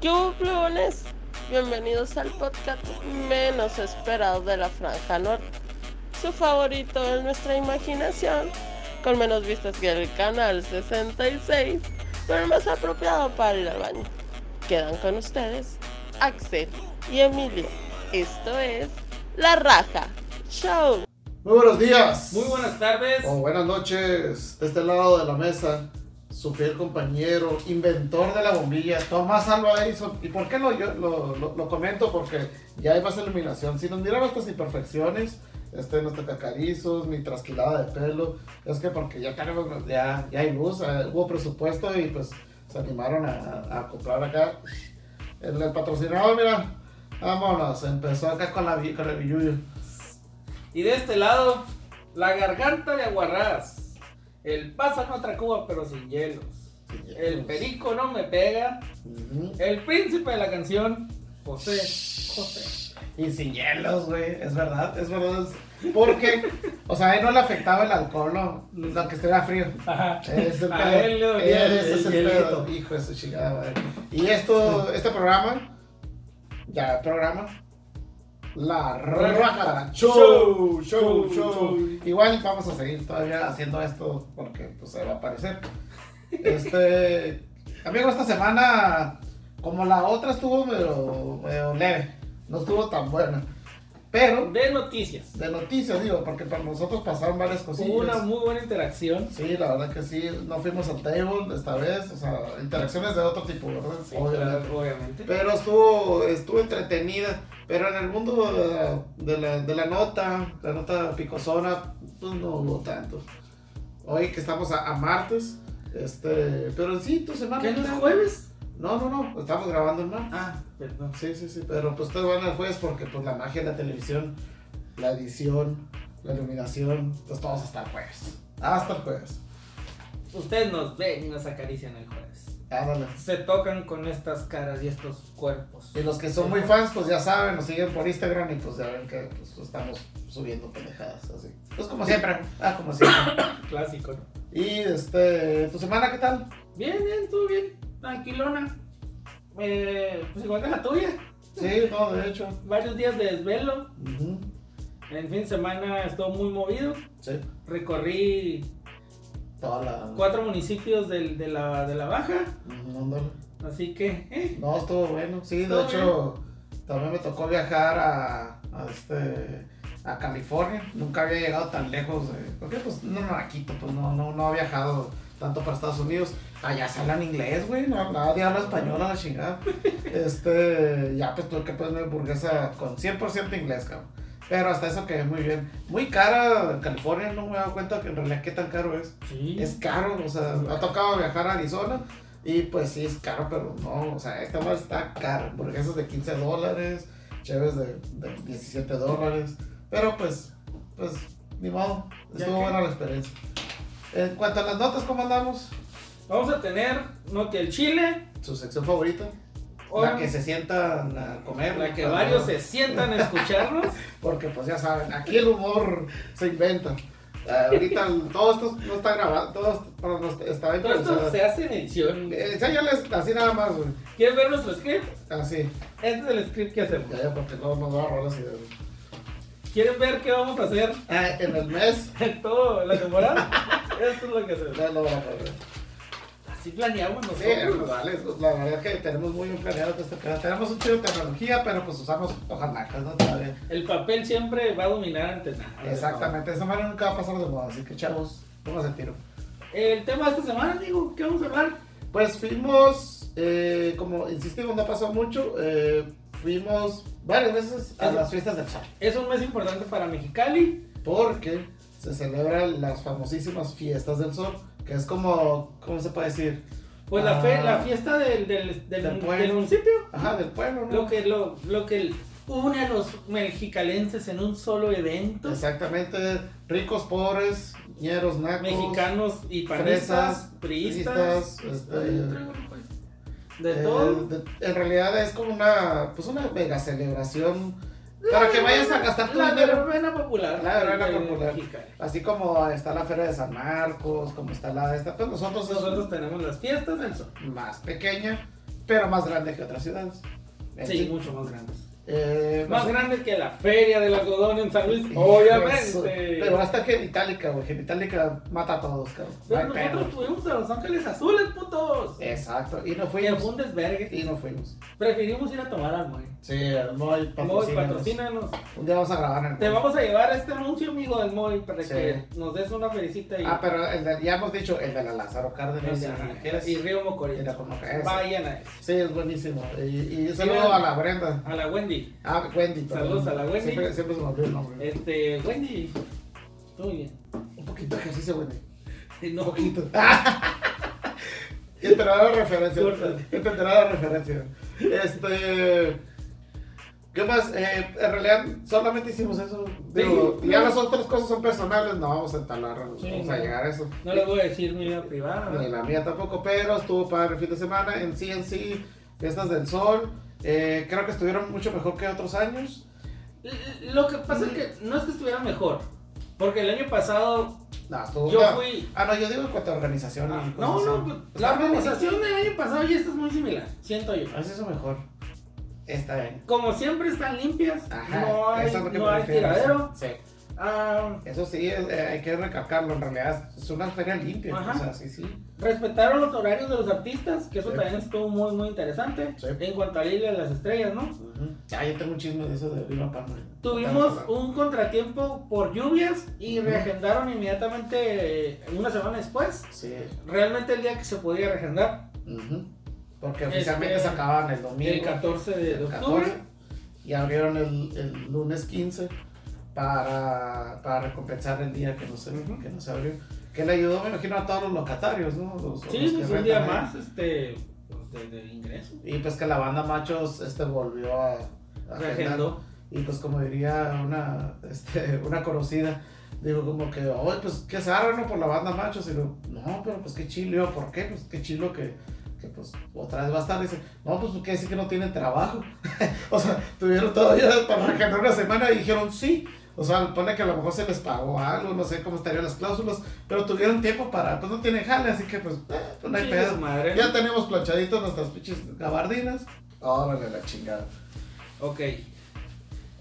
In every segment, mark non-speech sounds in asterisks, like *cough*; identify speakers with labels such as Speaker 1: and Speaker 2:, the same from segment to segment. Speaker 1: ¿Qué hubo, plebones? Bienvenidos al podcast menos esperado de la Franja Norte. Su favorito es nuestra imaginación, con menos vistas que el canal 66, pero más apropiado para ir al baño. Quedan con ustedes Axel y Emilio. Esto es La Raja Show.
Speaker 2: Muy buenos días.
Speaker 3: Muy buenas tardes.
Speaker 2: O buenas noches. De este lado de la mesa, su fiel compañero, inventor de la bombilla, Tomás Alba Edison. ¿Y por qué lo, yo- lo, lo- lo comento? Porque ya hay más iluminación. Si nos miran nuestras imperfecciones, este, nuestros cacarizos, mi trasquilada de pelo, es que porque ya tenemos, ya, ya hay luz, eh, hubo presupuesto y pues se animaron a, a comprar acá. El, el patrocinador, mira, vámonos, empezó acá con, la, vi- con el billuyo.
Speaker 3: Y de este lado, la garganta de aguarrás. El pásano otra Cuba pero sin hielos. El perico no me pega.
Speaker 2: Ujú.
Speaker 3: El príncipe de la canción, José. José.
Speaker 2: Y sin hielos, güey. Es verdad, es verdad. es- Porque, o sea, a él no le afectaba el alcohol, no. Lo que estuviera frío.
Speaker 3: Ajá.
Speaker 2: Es el
Speaker 3: A
Speaker 2: pedo.
Speaker 3: él le dolía
Speaker 2: Eh, ese
Speaker 3: el
Speaker 2: es el
Speaker 3: hielito.
Speaker 2: pedo. Hijo de su chingada, madre. Y esto, este programa, ya programa. La Raja show, show, show. Igual vamos a seguir todavía haciendo esto porque pues se va a aparecer. Este, amigo, esta semana, como la otra estuvo medio, medio leve, no estuvo tan buena. Pero
Speaker 3: De noticias.
Speaker 2: de noticias digo, porque para nosotros pasaron varias cosillas.
Speaker 3: Hubo una muy buena interacción.
Speaker 2: Sí, la verdad que sí, no fuimos al table esta vez, o sea, interacciones de otro tipo, ¿verdad?
Speaker 3: Sí,
Speaker 2: Obviamente.
Speaker 3: claro, obviamente.
Speaker 2: Pero estuvo, estuvo entretenida, pero en el mundo de la, de la, de la nota, la nota picosona, pues no hubo tanto. Hoy que estamos a, a martes, este, pero en sí, tu semana.
Speaker 3: ¿Qué no es
Speaker 2: ¿no?
Speaker 3: jueves?
Speaker 2: No, no, no, estamos grabando el martes.
Speaker 3: Ah, perdón.
Speaker 2: Sí, sí, sí, pero pues ustedes van al jueves porque pues la magia de la televisión, la edición, la iluminación, pues todos hasta el jueves. Hasta el jueves.
Speaker 3: Ustedes nos ven y nos acarician el jueves.
Speaker 2: Ándale.
Speaker 3: Se tocan con estas caras y estos cuerpos.
Speaker 2: Y los que son muy fans, pues ya saben, nos siguen por Instagram y pues ya ven que pues, estamos subiendo pendejadas así. Pues como siempre. Ah, como siempre.
Speaker 3: Clásico, ¿no?
Speaker 2: Y este, tu semana, ¿qué tal?
Speaker 3: Bien, bien, todo bien. Tranquilona. Eh, pues igual que la tuya.
Speaker 2: Sí, no, de hecho.
Speaker 3: Varios días de desvelo.
Speaker 2: Ujú,
Speaker 3: En fin de semana estuvo muy movido.
Speaker 2: Sí.
Speaker 3: Recorrí
Speaker 2: Toda la.
Speaker 3: cuatro municipios del- de, la, de la Baja.
Speaker 2: Ujú, ándale.
Speaker 3: Así que, eh,
Speaker 2: No, estuvo bueno. Sí, de
Speaker 3: Estuvo
Speaker 2: hecho, también me tocó viajar a, a este a California. Nunca había llegado tan lejos. eh, porque pues no no, a Quito, pues no, no, no ha viajado tanto para Estados Unidos. Allá se hablan inglés, güey. No, nadie habla español a la chingada. Este, ya pues tuve que poner hamburguesa con 100% inglés, cabrón. Pero hasta eso quedé muy bien. Muy cara California, no me he dado cuenta que en realidad qué tan caro es
Speaker 3: sí.
Speaker 2: es caro, o sea, me ha tocado viajar a Arizona y pues sí es caro, pero no, o sea, esta madre está caro, hamburguesas de 15 dólares, chéves de, de 17 dólares, pero pues, pues, ni modo,
Speaker 3: Ya
Speaker 2: estuvo
Speaker 3: que-
Speaker 2: buena la experiencia. En cuanto a las notas, ¿cómo andamos?
Speaker 3: Vamos a tener no que el Chile.
Speaker 2: Su sección favorita,
Speaker 3: o
Speaker 2: la que se sientan a comer.
Speaker 3: la que
Speaker 2: cuando-
Speaker 3: varios se sientan a
Speaker 2: *laughs*
Speaker 3: escucharnos.
Speaker 2: Porque pues ya saben, aquí el humor se inventa. Ahorita todo esto no está grabado, todo esto, perdón, no está- está
Speaker 3: Todo esto
Speaker 2: improvisado. Eh,
Speaker 3: se hace en edición.
Speaker 2: Enséñales así nada más, güey.
Speaker 3: ¿Quieres ver nuestro script?
Speaker 2: Así.
Speaker 3: Este es el script que hacemos.
Speaker 2: Ah, Ya, ya, porque no nos va a robar las ideas.
Speaker 3: ¿Quieren ver qué vamos a hacer
Speaker 2: Ah, en el mes.
Speaker 3: en toda la
Speaker 2: *laughs*
Speaker 3: temporada? Esto es lo que hacemos.
Speaker 2: No, no van a perder.
Speaker 3: Así planeamos
Speaker 2: Sí,
Speaker 3: nosotros.
Speaker 2: vale, la verdad que tenemos muy bien planeado todo este pedo. Tenemos un chido de tecnología, pero pues usamos hojas blancas, ¿no? Todavía.
Speaker 3: El papel siempre va a dominar ante nada.
Speaker 2: Exactamente, esa manera nunca va a pasar de moda, así que chavos, pónganse el tiro.
Speaker 3: El tema de esta semana, digo, ¿qué vamos a hablar?
Speaker 2: Pues fuimos, eh, como insistimos, no pasó mucho, eh, fuimos varias veces a
Speaker 3: Eso.
Speaker 2: las fiestas del sol.
Speaker 3: Es un mes importante para Mexicali.
Speaker 2: Porque se celebran las famosísimas fiestas del sol, que es como, ¿cómo se puede decir?
Speaker 3: Pues la, fe,
Speaker 2: Ah.
Speaker 3: la fiesta del, del, del-
Speaker 2: Del
Speaker 3: del
Speaker 2: pueblo.
Speaker 3: municipio.
Speaker 2: Ajá, del pueblo, ¿no?
Speaker 3: Lo que, lo, lo que une a los mexicalenses en un solo evento.
Speaker 2: Exactamente, ricos, pobres, ñeros, nacos,
Speaker 3: Mexicanos y panistas,
Speaker 2: fresas,
Speaker 3: priistas,
Speaker 2: priistas, este,
Speaker 3: hay otro grupo ahí. Pues, de
Speaker 2: eh,
Speaker 3: todo.
Speaker 2: de- en realidad es como una, pues una mega celebración para que vayas a gastar tu
Speaker 3: la
Speaker 2: dinero.
Speaker 3: verbena popular.
Speaker 2: La verbena
Speaker 3: de- de
Speaker 2: popular.
Speaker 3: Mexicali.
Speaker 2: Así como está la Feria de San Marcos, como está la esta, pues nosotros es
Speaker 3: Nosotros tenemos las fiestas del sol.
Speaker 2: más pequeña, pero más grande que otras ciudades.
Speaker 3: Sí, mucho más grandes.
Speaker 2: Eh,
Speaker 3: Más
Speaker 2: no sé.
Speaker 3: grande que la feria del algodón en San Luis,
Speaker 2: Hijo eso.
Speaker 3: obviamente.
Speaker 2: Pero hasta que Metallica, güey. que Metallica mata a todos, cabrón. No
Speaker 3: Pero
Speaker 2: hay pedo.
Speaker 3: nosotros tuvimos a Los Ángeles Azules, putos.
Speaker 2: Exacto. Y no
Speaker 3: Fue
Speaker 2: Eh, fuimos.
Speaker 3: un desvergue.
Speaker 2: Y no fuimos.
Speaker 3: Preferimos ir a tomar al Moy.
Speaker 2: Sí, Moy,
Speaker 3: Moy,
Speaker 2: patrocina.
Speaker 3: patrocínanos.
Speaker 2: Un día vamos a grabar en el
Speaker 3: Te
Speaker 2: Moy.
Speaker 3: vamos a llevar este anuncio, amigo del Moy, para
Speaker 2: Sí.
Speaker 3: que nos des una felicita y,
Speaker 2: Ah, pero el de- ya hemos dicho el de la Lázaro Cárdenas.
Speaker 3: y
Speaker 2: Y
Speaker 3: Río
Speaker 2: y la
Speaker 3: Mocorito.
Speaker 2: Conocaes.
Speaker 3: Vayan a eso.
Speaker 2: Sí, es buenísimo. Y, y un
Speaker 3: Sí,
Speaker 2: saludo
Speaker 3: vean.
Speaker 2: a la Brenda.
Speaker 3: A la Wendy.
Speaker 2: Ah, Wendy. perdón.
Speaker 3: Saludos a la Wendy.
Speaker 2: Siempre, siempre se me olvida el nombre.
Speaker 3: Este, Wendy. Tú muy bien.
Speaker 2: Un poquito de ejercicio, Wendy.
Speaker 3: Sí,
Speaker 2: Un
Speaker 3: No,
Speaker 2: poquito. y entenderá la referencia.
Speaker 3: Córtale.
Speaker 2: Entenderá la referencia. Este. ¿Qué más? Eh, en realidad, solamente hicimos eso. Digo,
Speaker 3: Sí,
Speaker 2: ya
Speaker 3: no.
Speaker 2: las otras cosas son personales, no vamos a entablar, no
Speaker 3: Sí,
Speaker 2: vamos
Speaker 3: no.
Speaker 2: a llegar a eso.
Speaker 3: no le voy a decir mi vida privada.
Speaker 2: Ni la mía tampoco, pero estuvo padre el fin de semana en sí, en sí, Fiestas del Sol. eh, creo que estuvieron mucho mejor que otros años.
Speaker 3: L- Lo que pasa es que no es que estuviera mejor. Porque el año pasado
Speaker 2: No, estuvo
Speaker 3: yo
Speaker 2: no.
Speaker 3: fui.
Speaker 2: Ah, no, yo digo en cuanto a organización.
Speaker 3: Ah,
Speaker 2: y cosas
Speaker 3: No, no,
Speaker 2: así.
Speaker 3: pues, la organización del año pasado ya está muy similar. Siento yo.
Speaker 2: Haz eso mejor. Está bien.
Speaker 3: Como siempre están limpias.
Speaker 2: Ajá,
Speaker 3: no hay,
Speaker 2: eso es lo que
Speaker 3: no
Speaker 2: me
Speaker 3: hay
Speaker 2: refiero,
Speaker 3: tiradero.
Speaker 2: sí.
Speaker 3: Ah,
Speaker 2: Eso sí, es- eh, hay que recalcarlo. En realidad es una feria limpia.
Speaker 3: Ajá.
Speaker 2: O sea, sí, sí.
Speaker 3: respetaron los horarios de los artistas, que eso
Speaker 2: Sí.
Speaker 3: también estuvo muy, muy interesante.
Speaker 2: Sí.
Speaker 3: En cuanto a la Isla de las Estrellas, ¿no?
Speaker 2: Ah, yo tengo un chisme de eso de Viva Palma.
Speaker 3: Tuvimos un contratiempo por lluvias y
Speaker 2: Ujú.
Speaker 3: reagendaron inmediatamente eh, una semana después.
Speaker 2: Sí.
Speaker 3: Realmente el día que se podía reagendar,
Speaker 2: ujú. Porque
Speaker 3: Este,
Speaker 2: oficialmente se acababan el domingo.
Speaker 3: el 14 de,
Speaker 2: el
Speaker 3: octubre.
Speaker 2: 14, y abrieron el, el lunes 15 para, para recompensar el día que no, se,
Speaker 3: Ujú.
Speaker 2: que no se abrió. Que le ayudó, me imagino, a todos los locatarios, ¿no? Los- los
Speaker 3: Sí,
Speaker 2: que
Speaker 3: pues un
Speaker 2: rentan
Speaker 3: día
Speaker 2: ahí.
Speaker 3: más este, pues, de, de ingreso.
Speaker 2: Y pues que la banda Machos este, volvió a, a agendar.
Speaker 3: Reagendó.
Speaker 2: Y pues como diría una, este, una conocida, digo como que, oye, pues qué zarra, ¿no? Por la banda machos. Y digo, no, pero pues qué chilo, ¿por qué? Pues qué chilo que, que pues otra vez va a estar. Dice, no, pues porque decir que no tienen trabajo. *laughs* o sea, tuvieron todavía para recargar una semana y dijeron sí. O sea, pone que a lo mejor se les pagó algo, no sé cómo estarían las cláusulas, pero tuvieron tiempo para, pues no tienen jale, así que pues, eh, pues no hay
Speaker 3: Chingue
Speaker 2: pedo.
Speaker 3: su madre.
Speaker 2: Ya tenemos planchaditos nuestras pinches gabardinas. Órale, la chingada.
Speaker 3: Ok.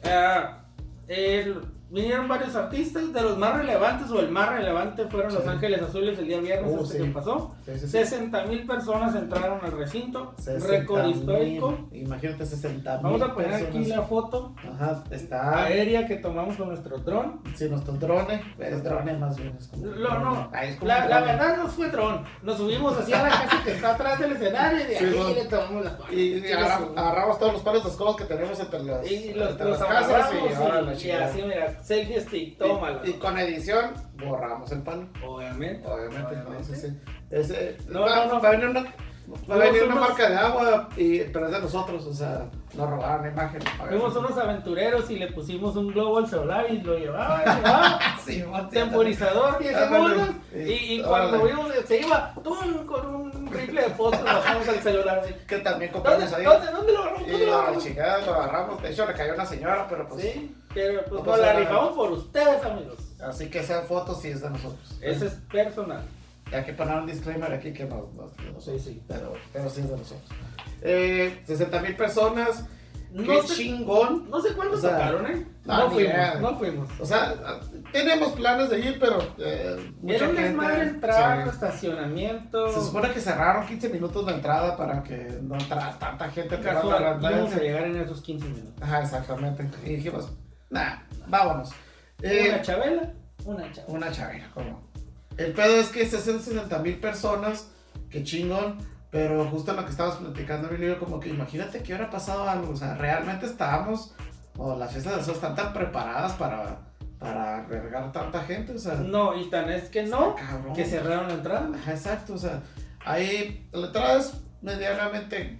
Speaker 3: Ah, el- vinieron varios artistas, de los más relevantes o el más relevante fueron Los
Speaker 2: Sí.
Speaker 3: Ángeles Azules el día viernes
Speaker 2: Oh,
Speaker 3: este
Speaker 2: sí.
Speaker 3: que pasó.
Speaker 2: Sí, sí, sí.
Speaker 3: 60 mil personas entraron al recinto,
Speaker 2: 60
Speaker 3: récord
Speaker 2: mil. Ah.
Speaker 3: histórico.
Speaker 2: Imagínate 60 mil.
Speaker 3: Vamos a poner aquí
Speaker 2: personas.
Speaker 3: la foto
Speaker 2: Ajá, está.
Speaker 3: aérea que tomamos con nuestro dron.
Speaker 2: Sí, nuestro drone. Es drone más bien. Es como
Speaker 3: Lo- no.
Speaker 2: Ah, es como
Speaker 3: La,
Speaker 2: un
Speaker 3: la
Speaker 2: drone.
Speaker 3: verdad no fue dron, nos subimos hacia la casa que está atrás del escenario y de
Speaker 2: Sí,
Speaker 3: ahí
Speaker 2: bueno.
Speaker 3: le tomamos la foto.
Speaker 2: Y, y agarra- agarramos todos los palos de escobas que tenemos entre las,
Speaker 3: Y los,
Speaker 2: entre
Speaker 3: los
Speaker 2: las casas y ahora la
Speaker 3: agarramos y, y
Speaker 2: chingada.
Speaker 3: así, mira, selfie stick,
Speaker 2: Y-
Speaker 3: tómalo.
Speaker 2: Y, con edición borramos el palo.
Speaker 3: Obviamente.
Speaker 2: Obviamente, no,
Speaker 3: obviamente.
Speaker 2: sí, sí. Ese,
Speaker 3: No,
Speaker 2: va,
Speaker 3: no, no.
Speaker 2: va a venir una, va a
Speaker 3: Luego
Speaker 2: venir una
Speaker 3: somos-
Speaker 2: marca de agua, y, pero es de nosotros, o sea, nos robaron la imagen.
Speaker 3: Fuimos unos aventureros y le pusimos un globo al celular y lo llevaba, llevaba. *laughs*
Speaker 2: Sí, sí,
Speaker 3: Temporizador 10
Speaker 2: Ándale.
Speaker 3: segundos.
Speaker 2: Sí.
Speaker 3: Y, y cuando
Speaker 2: Órale.
Speaker 3: vimos, se iba ¡tum! con un rifle de postre, bajamos el celular así.
Speaker 2: Que también compramos
Speaker 3: ¿Dónde,
Speaker 2: ahí.
Speaker 3: dónde, dónde lo agarramos?
Speaker 2: Y
Speaker 3: ¿Dónde
Speaker 2: a
Speaker 3: lo
Speaker 2: la
Speaker 3: agarramos?
Speaker 2: chingada lo agarramos. De hecho, le cayó una señora, pero pues.
Speaker 3: Sí, pero pues
Speaker 2: No
Speaker 3: nos
Speaker 2: pasa
Speaker 3: la
Speaker 2: nada.
Speaker 3: rifamos por ustedes, amigos.
Speaker 2: Así que sean fotos si es de nosotros.
Speaker 3: Ese es personal.
Speaker 2: Y hay que poner un disclaimer aquí que no, no es de nosotros.
Speaker 3: Sí, sí.
Speaker 2: Pero, pero sí es de nosotros. Eh, 60 mil personas.
Speaker 3: No
Speaker 2: qué
Speaker 3: sé,
Speaker 2: chingón.
Speaker 3: no sé cuándo
Speaker 2: O sea,
Speaker 3: tocaron, ¿eh?
Speaker 2: no,
Speaker 3: No
Speaker 2: ni idea.
Speaker 3: fuimos, no fuimos.
Speaker 2: O sea, ah, tenemos planes de ir, pero. Eh, mucha
Speaker 3: Era un
Speaker 2: gente-
Speaker 3: desmadre entrar,
Speaker 2: Sí.
Speaker 3: estacionamiento.
Speaker 2: Se supone que cerraron 15 minutos la entrada para que no entrara tanta gente al
Speaker 3: Casual,
Speaker 2: restaurante.
Speaker 3: íbamos a llegar en esos 15 minutos.
Speaker 2: Ajá, exactamente. Y dijimos, nah, vámonos. Eh,
Speaker 3: Una chabela, una chabela.
Speaker 2: Una chavera, como. El pedo es que se hacen 60 mil personas, que chingón, pero justo lo que estábamos platicando, mi libro, como que imagínate que hubiera pasado algo, o sea, realmente estábamos, o las fiestas del sol están tan preparadas para, para albergar tanta gente, o sea,
Speaker 3: No, y tan es que no,
Speaker 2: cabrón.
Speaker 3: que cerraron la entrada.
Speaker 2: Ajá, exacto, o sea, ahí la entrada es medianamente,